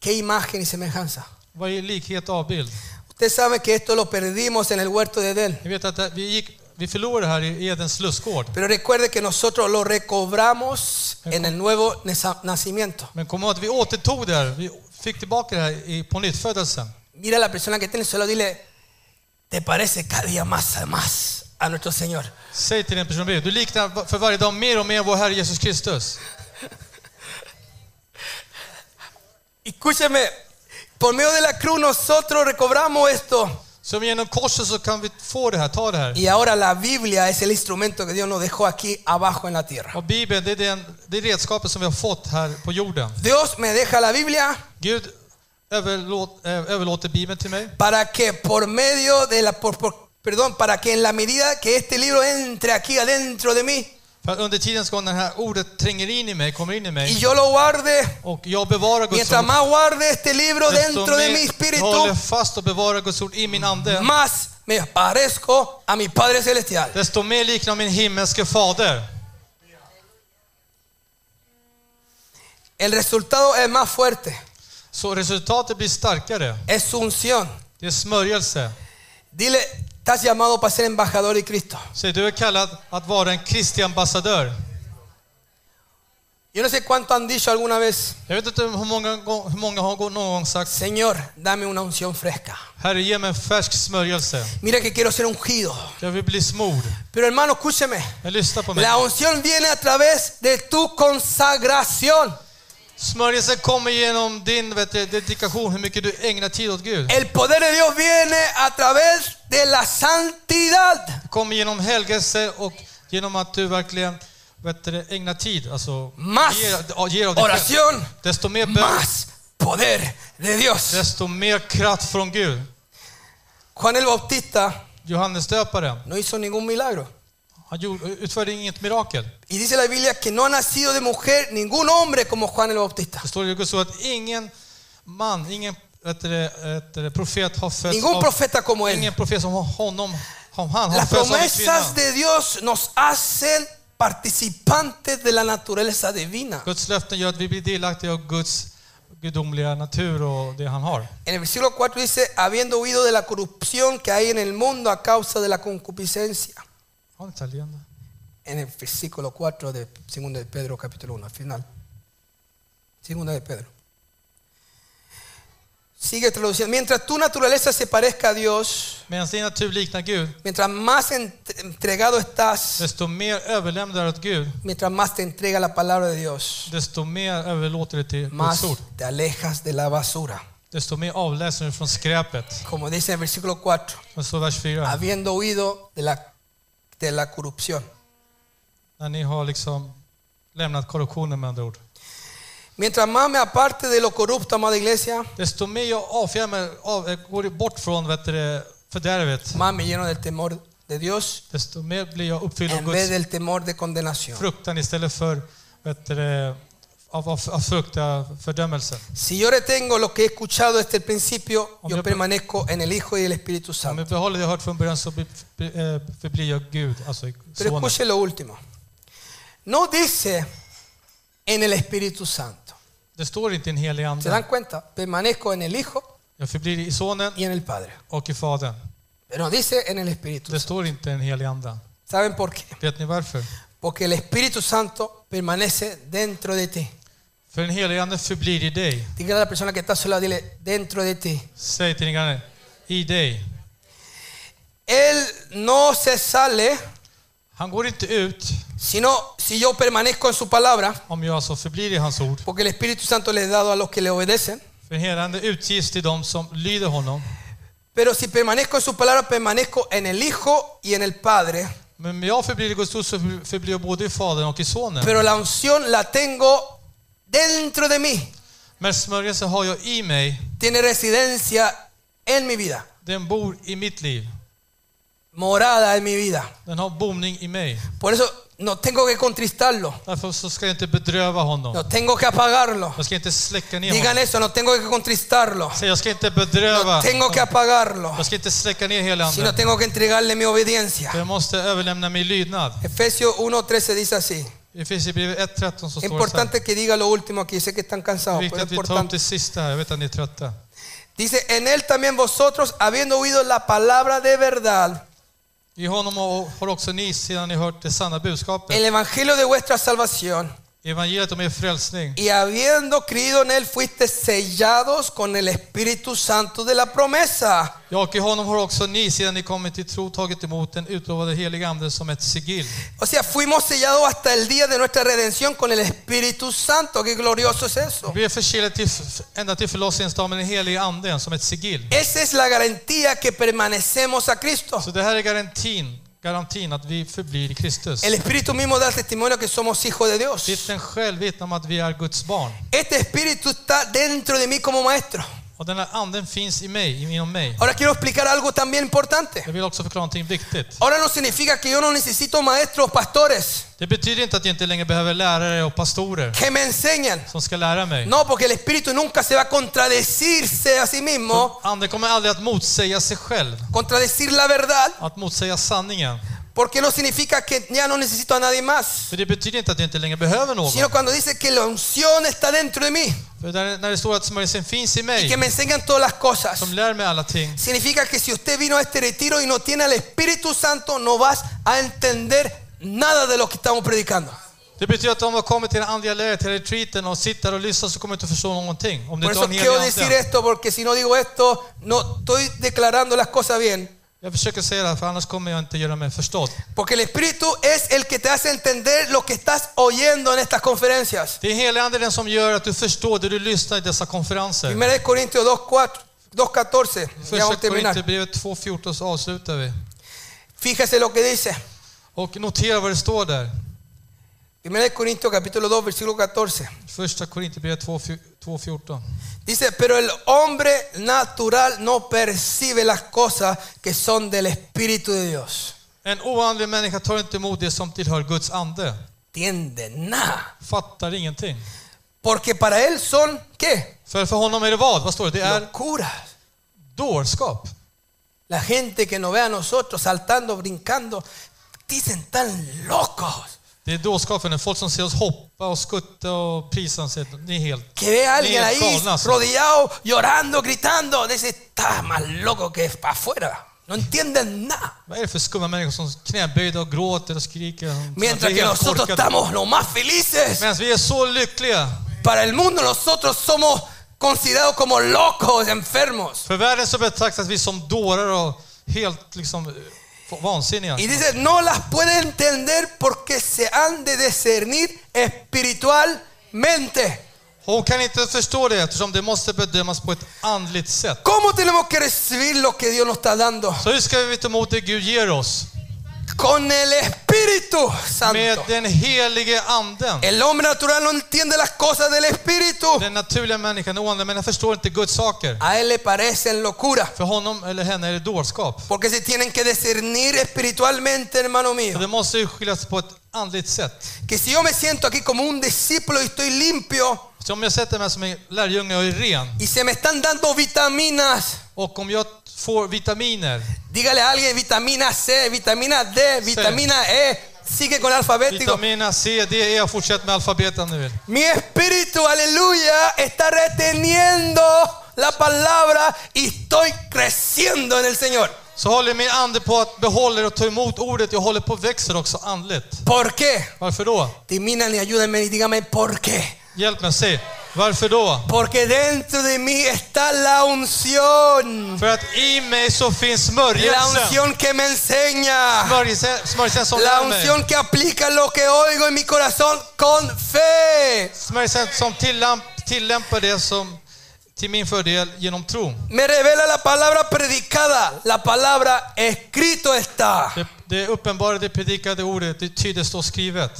A: ¿Qué imagen y semejanza?
B: Vad är likhet och avbild?
A: Usted sabe que esto lo perdimos en el huerto de Edén.
B: Ni vet att det- vi, gick, vi förlorade det här i Edens lustgård.
A: Pero recuerde que nosotros lo recobramos en el nuevo neza- nacimiento.
B: Men kom ihåg att vi återtog det här. Vi fick tillbaka det här i, på nyttfödelsen.
A: Mira a la persona que tiene, solo dile, te parece cada día más a más a nuestro Señor.
B: Säg till den personen bredvid, du liknar för varje dag mer och mer vår Herre Jesus Kristus.
A: Escúcheme, por medio de la cruz nosotros recobramos esto.
B: Så genom korset så kan vi få det här, ta det här.
A: Y ahora la Biblia es el instrumento que Dios nos dejó aquí abajo en la tierra.
B: Och Bibeln, det är, den, det är redskapet som vi har fått här på jorden.
A: Dios me deja la Biblia
B: Gud överlåt, eh, överlåter Bibeln till mig.
A: para que por medio de la... por- por- perdón, para que en la medida que este libro entre aquí adentro de mí
B: För att under tidens gång när det här ordet tränger in i mig, kommer in i
A: y
B: mig.
A: yo lo guarde
B: Och jag bevarar Guds
A: Mientras
B: ord.
A: más guarde este libro dentro de mi
B: jag
A: espíritu,
B: håller fast och bevarar Guds ord i min ande,
A: más me parezco a mi Padre Celestial.
B: desto mer liknar min himmelske fader.
A: El resultado es más fuerte,
B: Så resultatet blir starkare.
A: es su unción.
B: Det är smörjelse.
A: Dile, estás llamado para ser embajador de Cristo.
B: Så du är kallad att vara en Kristi ambassadör.
A: Yo no sé cuánto han dicho alguna vez,
B: Jag vet inte hur många, gång- hur många har någon gång sagt
A: Señor, dame una unción fresca.
B: Herre, ge mig en färsk smörjelse.
A: Mira que quiero ser ungido.
B: Jag vill bli smord.
A: Pero hermano, escúcheme.
B: Men lyssna på mig.
A: La unción viene a través de tu consagración.
B: Smörjelsen kommer genom din vet du, dedikation, hur mycket du ägnar tid åt Gud.
A: El poder de Dios viene a través de la santidad.
B: Det kommer genom helgelse och genom att du verkligen vet du, ägnar tid. Alltså,
A: Mas
B: ger, ger av dig själv.
A: Oración.
B: Desto mer bön,
A: más poder de Dios.
B: desto mer kraft från Gud.
A: Juan el Bautista
B: Johannes döparen,
A: no hizo ningún milagro.
B: han gjorde, utförde inget mirakel.
A: Y dice la Biblia que no ha nacido de mujer ningún hombre como Juan el Bautista.
B: Det står i Guds ord att ingen man, ingen vet du, vet du, profet har fötts
A: Ningún
B: av,
A: profeta como él.
B: ingen profet som honom, om han har
A: Las
B: fötts av en
A: promesas
B: kvinna.
A: de Dios nos hacen participantes de la naturaleza divina.
B: Guds löften gör att vi blir delaktiga av Guds gudomliga natur och det han har.
A: En el versículo 4 dice, habiendo huido de la corrupción que hay en el mundo a causa de la concupiscencia.
B: Har ni ett leende?
A: En el versículo 4 de 2 de Pedro capítulo 1, al final. 2 de Pedro. Sigue traduciendo, mientras tu naturaleza se parezca a Dios,
B: Medan din natur liknar Gud,
A: mientras más ent- entregado estás,
B: desto mer överlämnar du åt Gud,
A: mientras más te entrega la palabra de Dios,
B: desto mer överlåter du till
A: más
B: Guds ord.
A: te alejas de la basura.
B: Desto mer avläser du från skräpet.
A: Como dice en el versículo 4,
B: Men så vers 4.
A: habiendo huido de la, de la corrupción.
B: När ni har liksom lämnat korruptionen med andra ord.
A: Mientras más me aparte de lo corrupto, amada iglesia,
B: Desto mer jag avfjärmar mig, av, eh, går bort från vet du, det, fördärvet,
A: más me lleno del temor de Dios
B: desto mer blir jag uppfylld av
A: en vez
B: Guds
A: del temor de condenación.
B: fruktan istället för vet du, det, av, av, av frukta fördömelsen.
A: Si yo retengo lo que he escuchado desde el principio,
B: Hombre,
A: yo
B: pero-
A: permanezco en el Hijo y el Espíritu
B: Om
A: Santo.
B: jag behåller det jag hört från början så blir- blir- eh, förblir jag Gud, alltså
A: Pero
B: sonen.
A: escuche lo último. No dice en el Espíritu Santo.
B: Det står inte i en helig
A: ¿Se
B: ande.
A: dan cuenta? Permanezco en el Hijo
B: Jag förblir i sonen
A: y en el Padre.
B: och i fadern.
A: Pero no dice en el Espíritu Santo.
B: Det står inte i en helig ande.
A: ¿Saben por qué?
B: Vet ni varför?
A: Porque el Espíritu Santo permanece dentro de ti.
B: För den helige ande förblir i dig.
A: Dígale a la persona que está sola, dile, dentro de ti.
B: Säg till din granne, i dig.
A: Él no se sale,
B: Han går inte ut
A: sino si yo permanezco en su palabra,
B: om jag alltså förblir i hans ord.
A: porque el Espíritu Santo le es dado a los que le obedecen.
B: För den helige ande utges till dem som lyder honom.
A: Pero si permanezco en su palabra, permanezco en el Hijo y en el Padre.
B: Men om jag förblir i Guds ord så förblir jag både i fadern och i sonen.
A: Pero la unción la tengo dentro de mí.
B: Men smörjelse har jag i mig.
A: Tiene residencia en mi vida,
B: Den bor i mitt liv.
A: morada en mi vida.
B: Den har boning i mig.
A: Por eso no tengo que contristarlo,
B: Därför så ska jag inte bedröva honom.
A: no tengo que apagarlo.
B: Jag ska inte släcka ner
A: Digan
B: honom.
A: eso, no tengo que contristarlo,
B: Säg, jag ska inte bedröva.
A: no tengo que apagarlo,
B: Jag ska inte släcka ner hela
A: sino
B: anden.
A: tengo que entregarle mi obediencia.
B: Jag måste överlämna min lydnad.
A: Efesios 1.13 dice así.
B: Det finns i brevet 1.13 som
A: Es
B: står det så här.
A: importante que diga lo último aquí. Sé que están
B: Det
A: cansados,
B: är viktigt
A: pero es
B: att vi tar upp
A: importante.
B: det sista här. Jag vet att ni är trötta.
A: Dice, en él también vosotros, habiendo oído la palabra de verdad,
B: I honom har också ni, sedan ni hört det sanna budskapet,
A: el evangelio de vuestra salvación,
B: evangeliet om er frälsning,
A: y habiendo creído en él, fuiste sellados con el Espíritu Santo de la promesa.
B: Ja, och i honom har också ni, sedan ni kommit till tro, tagit emot den utlovade heliga anden som ett sigill.
A: O sea, fuimos sellados hasta el día de nuestra redención con el Espíritu Santo. Qué glorioso es eso.
B: Vi är förseglade till, ända till förlossningens dag med den heliga anden som ett sigill.
A: Esa es la garantía que permanecemos a Cristo.
B: Så det här är garantin, garantin att vi förblir i Kristus.
A: El Espíritu mismo da testimonio que somos hijos de Dios.
B: Vittnen själv vittnar om att vi är Guds barn.
A: Este espíritu está dentro de mí como maestro.
B: Och den här anden finns i mig, inom mig.
A: Ahora quiero explicar algo también importante.
B: Jag vill också förklara någonting viktigt.
A: Ahora no significa que yo no necesito maestros o pastores
B: Det betyder inte att jag inte längre behöver lärare och pastorer
A: que me enseñen.
B: som ska lära mig.
A: No, porque el espíritu nunca se va a contradecirse a sí mismo,
B: Anden kommer aldrig att motsäga sig själv,
A: contradecir la verdad,
B: att motsäga sanningen.
A: porque no significa que ya no necesito a nadie más.
B: För det betyder inte att jag inte längre behöver någon.
A: Sino cuando dice que la unción está dentro de mí
B: För där, när det står att smörjelsen finns i
A: y que
B: mig,
A: me enseñan todas las cosas.
B: som lär mig alla ting.
A: Significa que si usted vino a este retiro y no tiene al Espíritu Santo, no vas a entender nada de lo que estamos predicando.
B: Det betyder att om du har kommit till den andliga lägret, till retreaten och sitter och lyssnar så kommer du inte förstå någonting. Om du
A: Por
B: inte har
A: eso
B: en
A: quiero
B: helig
A: decir
B: ande.
A: esto, porque si no digo esto, no estoy declarando las cosas bien.
B: Jag försöker säga det här, för annars kommer jag inte göra mig förstådd.
A: Porque el Espíritu es el que te hace entender lo que estás oyendo en estas conferencias.
B: Det är helig ande den som gör att du förstår det du lyssnar i dessa konferenser.
A: Primera de Corintios 2.4, 2.14. Ya vamos a
B: Första
A: terminar.
B: Korinthierbrevet 2.14 så avslutar vi.
A: Fíjese lo que dice.
B: Och notera vad det står där.
A: Primera de Corintios capítulo 2, versículo 14.
B: Första Korinthierbrevet 2.14. 2:14.
A: Dice, pero el hombre natural no percibe las cosas que son del Espíritu de Dios.
B: En oandlig människa tar inte emot det som tillhör Guds ande.
A: Entiende nada.
B: Fattar ingenting.
A: Porque para él son, ¿qué?
B: För för honom är det vad? Vad står det? Det är
A: Locuras.
B: dårskap.
A: La gente que nos ve a nosotros saltando, brincando, dicen tan locos.
B: Det är dårskapen. Folk som ser oss hoppa och skutta och prisa. Ni är helt
A: Que ve a
B: ni
A: alguien
B: är helt
A: ahí
B: galna. Alltså.
A: rodeado, llorando, gritando. Dice, está más loco que para afuera. No entienden nada.
B: Vad är det för skumma människor som knäböjda och gråter och skriker?
A: Mientras
B: Vi
A: que
B: är helt
A: nosotros
B: korkade.
A: estamos los más felices.
B: Medan vi är så lyckliga.
A: Para el mundo nosotros somos considerados como locos, enfermos.
B: För världen så betraktas vi som dårar och helt liksom eh, vansinniga.
A: Y dice, no las puede entender porque se han de discernir espiritualmente.
B: Hon kan inte förstå det eftersom det måste bedömas på ett andligt sätt.
A: ¿Cómo tenemos que recibir lo que Dios nos está dando?
B: Så hur ska vi ta emot det Gud ger oss?
A: Con el Espíritu
B: Med
A: Santo.
B: den helige anden.
A: El hombre natural no entiende las cosas del Espíritu.
B: Den naturliga människan, den oandliga människan förstår inte Guds saker.
A: A él le parecen locura.
B: För honom eller henne är det dårskap.
A: Porque se tienen que discernir espiritualmente, hermano
B: Så
A: mío.
B: det måste ju skiljas på ett andligt sätt.
A: Que si yo me siento aquí como un discípulo y estoy limpio
B: Så om jag sätter mig som en lärjunge och är ren
A: y se me están dando vitaminas,
B: och om jag får vitaminer,
A: dígale a alguien vitamina C, vitamina D, vitamina E, sigue con el alfabético.
B: vitaminer C, D, E, jag fortsätter med alfabetet om ni vill.
A: Mi espíritu, aleluya, está reteniendo la palabra y estoy creciendo en el Señor.
B: Så håller min ande på att behåller och ta emot ordet. Jag håller på och växer också andligt.
A: ¿Por qué?
B: Varför då?
A: Diminan y ayúdenme y dígame por qué.
B: Hjälp mig, säg. Varför då?
A: Porque dentro de mí está la unción.
B: För att i mig så finns
A: La
B: smörjelsen.
A: unción que me enseña.
B: Smörjelsen, smörjelsen som
A: La
B: lär mig.
A: unción que aplica lo que oigo en mi corazón con fe.
B: Smörjelsen som tillämp, tillämpar det som till min fördel genom tro.
A: Me revela la palabra predicada. La palabra escrito está.
B: Det, det uppenbara, det predikade ordet, det tyder står skrivet.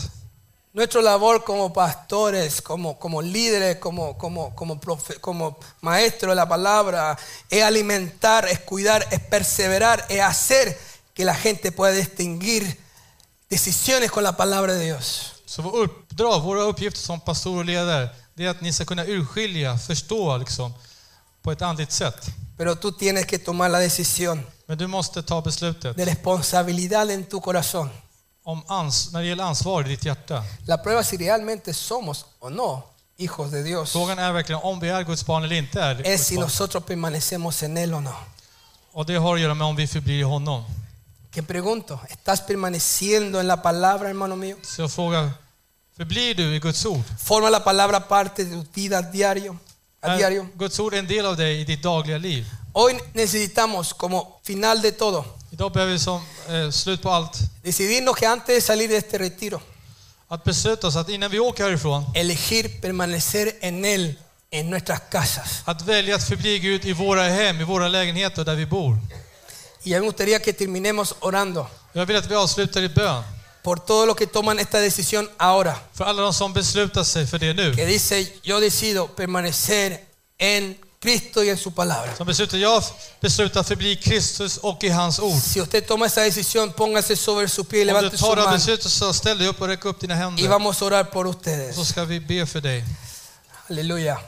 A: Nuestra labor como pastores, como, como líderes, como, como, como, profe- como maestros de la palabra, es alimentar, es cuidar, es perseverar, es hacer que la gente pueda distinguir decisiones con la palabra de Dios.
B: Så vår uppdrag, våra uppgifter som pastor och ledare, det är att ni ska kunna urskilja, förstå liksom, på ett andligt sätt.
A: Pero tú tienes que tomar la decisión
B: Men du måste ta beslutet
A: de responsabilidad en tu corazón.
B: om ans, när det gäller ansvar i ditt hjärta.
A: La prueba es si realmente somos o no hijos de Dios
B: Frågan är verkligen om vi är Guds barn eller inte är
A: es
B: Guds
A: si
B: barn.
A: nosotros permanecemos en Él o no.
B: Och det har att göra med om vi förblir i honom.
A: Que pregunto, ¿estás permaneciendo en la palabra, hermano mío?
B: Så jag frågar, förblir du i Guds ord?
A: Forma la palabra parte de tu vida a diario.
B: Ah.
A: A diario.
B: Är Guds ord en del av dig i ditt dagliga liv?
A: Hoy necesitamos, como final de todo,
B: Idag behöver vi som eh, slut på allt
A: decidirnos que antes de salir de este retiro,
B: att besluta oss att innan vi åker härifrån,
A: elegir permanecer en Él, en nuestras casas.
B: att välja att förbli Gud i våra hem, i våra lägenheter där vi bor.
A: Y a mí me gustaría que terminemos orando
B: Jag vill att vi avslutar i bön
A: por todos los que toman esta decisión ahora,
B: för alla de som beslutar sig för det nu.
A: que dice, yo decido permanecer en Cristo y en su palabra.
B: Som beslutar, jag beslutar att förbli i Kristus och i hans ord.
A: Si usted toma esa decisión, póngase sobre su pie y
B: Om du
A: levante su
B: tar det här
A: mano
B: beslutet så ställ dig upp och räck upp dina
A: y
B: händer.
A: vamos a orar por
B: Så
A: ustedes.
B: ska vi be för dig.
A: Aleluya.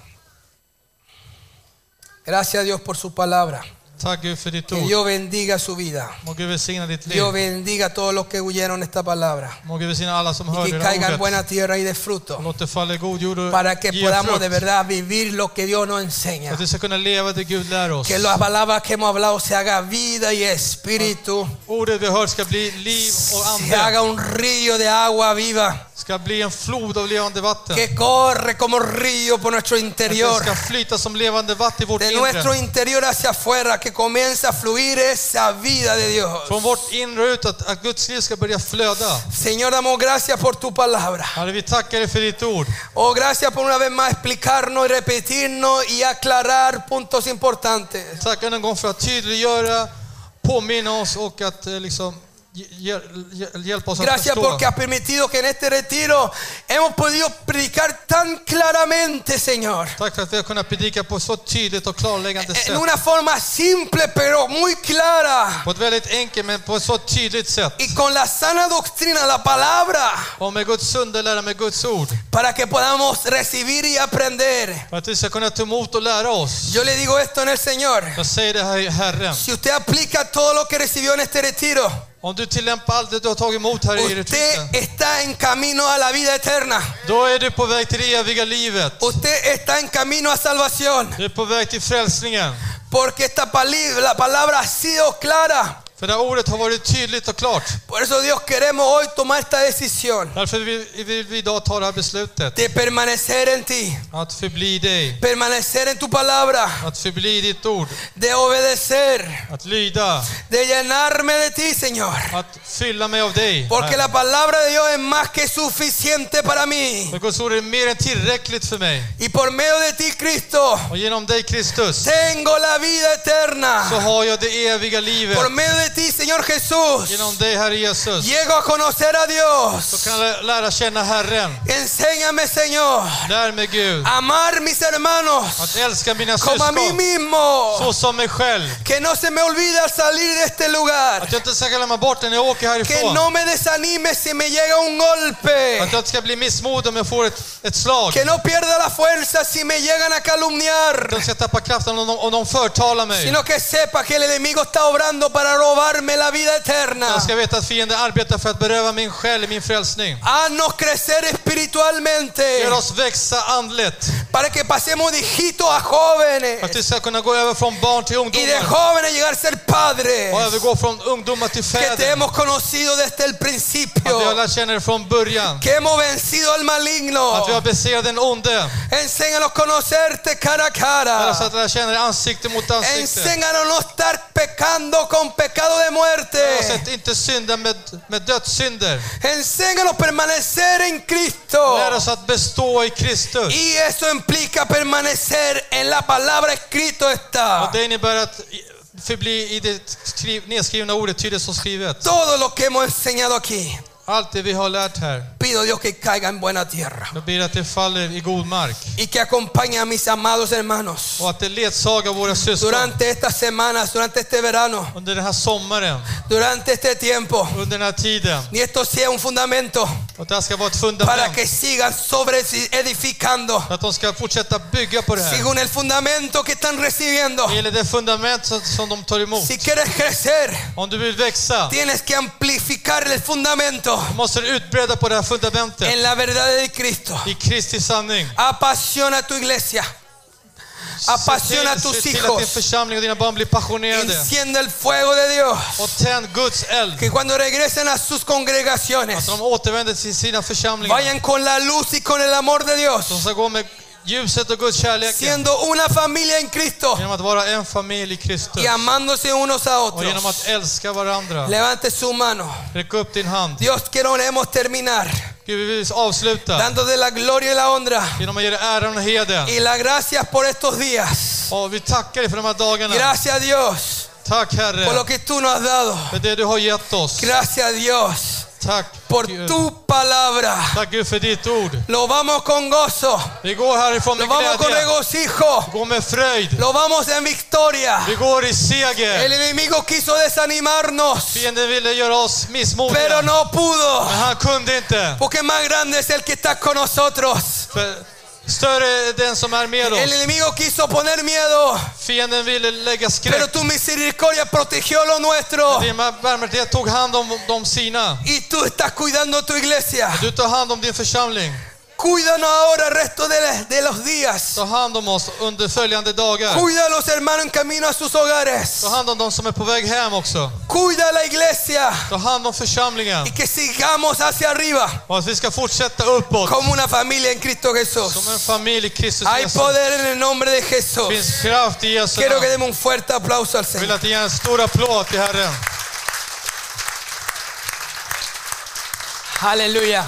A: Gracias a Dios por su palabra.
B: Tack Gud för ditt
A: Que
B: ord.
A: Dios bendiga su vida.
B: Må Gud välsigna ditt liv.
A: Dios bendiga a todos los que huyeron esta palabra.
B: Må Gud välsigna alla som
A: Y
B: hörde
A: que
B: det här
A: caiga en
B: ordet.
A: buena tierra y de
B: Och
A: fruto.
B: Låt det falla i god jord och
A: Para que
B: ge
A: podamos de
B: frukt.
A: verdad vivir lo que Dios nos
B: För
A: enseña.
B: att vi ska kunna leva det Gud lär oss.
A: Que las palabras que hemos hablado se haga vida y espíritu.
B: Ordet vi hört ska bli liv och
A: Se haga
B: ande.
A: un río de agua viva.
B: Ska bli en flod av levande vatten.
A: Que corre como río por nuestro
B: Att
A: interior.
B: det ska flyta som levande vatten i vårt
A: De nuestro
B: inre.
A: interior hacia afuera. Que comienza a fluir esa vida de Dios.
B: Från vårt inre ut att, att Guds liv ska börja flöda.
A: Señor, damos gracias por tu palabra.
B: Herre, vi tackar dig för ditt ord.
A: Oh, gracias por una vez más explicarnos y repetirnos y aclarar puntos importantes.
B: Tackar än en gång för att tydliggöra, påminna oss och att eh, liksom ge- ge- ge- hjälpa oss att
A: Gracias
B: förstå.
A: porque has permitido que en este retiro hemos podido predicar tan claramente, Señor.
B: Tack för att vi har kunnat predika på så tydligt och klarläggande
A: En
B: sätt.
A: una forma simple pero muy clara.
B: På ett väldigt enkelt men på ett så tydligt sätt.
A: Y con la sana doctrina, la palabra,
B: Och med Guds underlära, med Guds ord.
A: para que podamos recibir y aprender.
B: För att vi ska kunna ta emot och lära oss.
A: Yo le digo esto en el Señor.
B: Jag säger det här i Herren.
A: Si usted aplica todo lo que recibió en este retiro,
B: Om du tillämpar allt det du har tagit emot här i retriten,
A: Usted está en camino a la vida eterna.
B: då är du på väg till det eviga livet.
A: Usted está en camino a salvación.
B: Du är på väg till frälsningen.
A: Porque esta pali- la palabra ha sido clara.
B: För det här ordet har varit tydligt och klart.
A: Por eso Dios queremos hoy tomar esta decisión
B: Därför vill vill vi idag ta det här beslutet.
A: de permanecer en ti,
B: Att förbli dig.
A: permanecer en tu palabra,
B: Att förbli ditt ord.
A: de obedecer,
B: Att lyda.
A: de llenarme de ti, Señor.
B: Att fylla mig av dig.
A: Porque la palabra de Dios es más que suficiente para mí.
B: För Guds ord är mer än tillräckligt för mig.
A: Y por medio de ti, Cristo,
B: Och genom dig Kristus
A: tengo la vida
B: så
A: eterna.
B: har jag det eviga livet.
A: Por medio de ti, Señor Jesús,
B: Genom dig Herre Jesus
A: llego a conocer a
B: så
A: Dios.
B: kan jag lä- lära känna Herren.
A: Enséñame, Señor,
B: Lär mig Gud
A: a amar mis hermanos
B: att älska mina
A: como a mí
B: syskon
A: mismo.
B: så som mig själv.
A: Que no se me olvide al salir de este lugar.
B: Att jag inte ska glömma bort det när jag åker
A: Que
B: härifrån.
A: no me desanime si me llega un golpe.
B: Att jag inte ska bli missmodig om jag får ett, ett slag.
A: Que no pierda la fuerza si me llegan a calumniar.
B: Att jag inte ska tappa kraften om de, om de förtalar mig.
A: sino que sepa que el enemigo está obrando para robarme la vida eterna.
B: Jag ska veta att fienden arbetar för att beröva min själ, min frälsning.
A: Haznos crecer espiritualmente
B: Gör oss växa andligt.
A: para que pasemos de hijitos a jóvenes
B: Att vi ska kunna gå över från barn till
A: y de
B: ungdomar.
A: jóvenes llegar a ser padres
B: Och övergå från ungdomar till
A: que te
B: fäder.
A: hemos conocido desde el
B: Att vi har
A: principio,
B: lärt känna det från början.
A: que hemos vencido al maligno.
B: Att vi har besegrat den onde.
A: Enséñanos a conocerte cara a cara.
B: Alltså att lära känna det ansikte mot ansikte.
A: Enséñanos no estar pecando con pecado de
B: Alltså
A: muerte.
B: att inte synda med, med dödssynder.
A: Enséñanos permanecer en Cristo.
B: Lär oss att bestå i Kristus.
A: Y eso implica permanecer en la palabra escrito
B: Och
A: está.
B: det innebär att i- förbli i det skri- nedskrivna ordet tydligt som skrivet.
A: Todo lo que hemos enseñado aquí,
B: Allt det vi har lärt här.
A: pido Dios que caiga en buena tierra
B: Jag ber att det faller i god mark.
A: y que acompañe a mis amados hermanos
B: Och att det ledsagar våra syskon
A: durante estas semanas, durante este verano,
B: under den här sommaren,
A: durante este tiempo.
B: under den här tiden.
A: Y esto sea un fundamento
B: Och det här ska vara ett
A: para
B: fundament.
A: que sigan sobre edificando
B: För att de ska fortsätta bygga på det här.
A: según el fundamento que están recibiendo.
B: Det gäller det fundament som, som de tar emot.
A: Si quieres crecer,
B: Om du vill växa
A: tienes que amplificar el fundamento
B: måste du utbredda på det här fundamentet.
A: en la verdad de Cristo.
B: I Kristi sanning.
A: Apasiona tu iglesia. Apasiona
B: se
A: tus
B: till att din
A: hijos.
B: församling och dina barn blir passionerade.
A: Enciende el fuego de Dios.
B: Och tänd Guds eld.
A: Que cuando regresen a sus congregaciones
B: Så de återvänder till sina församlingar.
A: vayan con la luz y con el amor de
B: De
A: Dios.
B: ska gå med ljuset och Guds kärlek.
A: Siendo una familia en Cristo
B: Genom att vara en familj i Kristus.
A: y amándose unos a
B: Och genom att
A: otros.
B: älska varandra.
A: Levante su mano.
B: Räck upp din hand.
A: Dios, queremos terminar
B: Gud, vi vill avsluta
A: dándote la gloria y la honra
B: genom att ge dig äran och heden.
A: y las gracias por estos días.
B: Och vi tackar dig för de här dagarna.
A: Gracias a Dios
B: Tack
A: por
B: Herre,
A: lo que tú nos has dado.
B: för det du har gett oss.
A: Gracias a Dios
B: Tack
A: por
B: Gud.
A: tu palabra.
B: Tack Gud för ditt ord.
A: Lo vamos con gozo.
B: Vi går härifrån
A: Lo
B: med
A: vamos con
B: glädje.
A: regocijo.
B: Gå med fröjd.
A: Lo vamos en victoria.
B: Vi går i
A: El
B: seger.
A: enemigo quiso desanimarnos,
B: Fienden ville göra oss
A: pero
B: missmodiga. Men
A: no pudo.
B: han kunde inte.
A: Porque más grande es el que está con nosotros.
B: För större är den som är med
A: El
B: oss.
A: enemigo quiso poner miedo,
B: Fienden ville lägga
A: pero
B: skräck.
A: tu misericordia protegió lo nuestro.
B: Din barmhärtighet tog hand om de sina.
A: Y tú estás cuidando tu iglesia.
B: Du tar hand om din församling.
A: Cuídanos ahora el resto de, la- de los días.
B: Ta hand om oss under följande dagar.
A: Cuida a los hermanos en camino a sus hogares.
B: Ta hand om de som är på väg hem också.
A: Cuida a la iglesia
B: Ta hand om församlingen.
A: y que sigamos hacia arriba
B: Och att vi ska fortsätta uppåt
A: como una familia en Cristo Jesús.
B: som en familj i Kristus
A: Hay
B: Jesus.
A: poder en el nombre de Jesús.
B: Det finns kraft i Jesu
A: Quiero que
B: namn.
A: demos un fuerte aplauso al
B: Jag vill
A: Señor.
B: att ni ger en stor applåd till Herren.
A: Aleluya.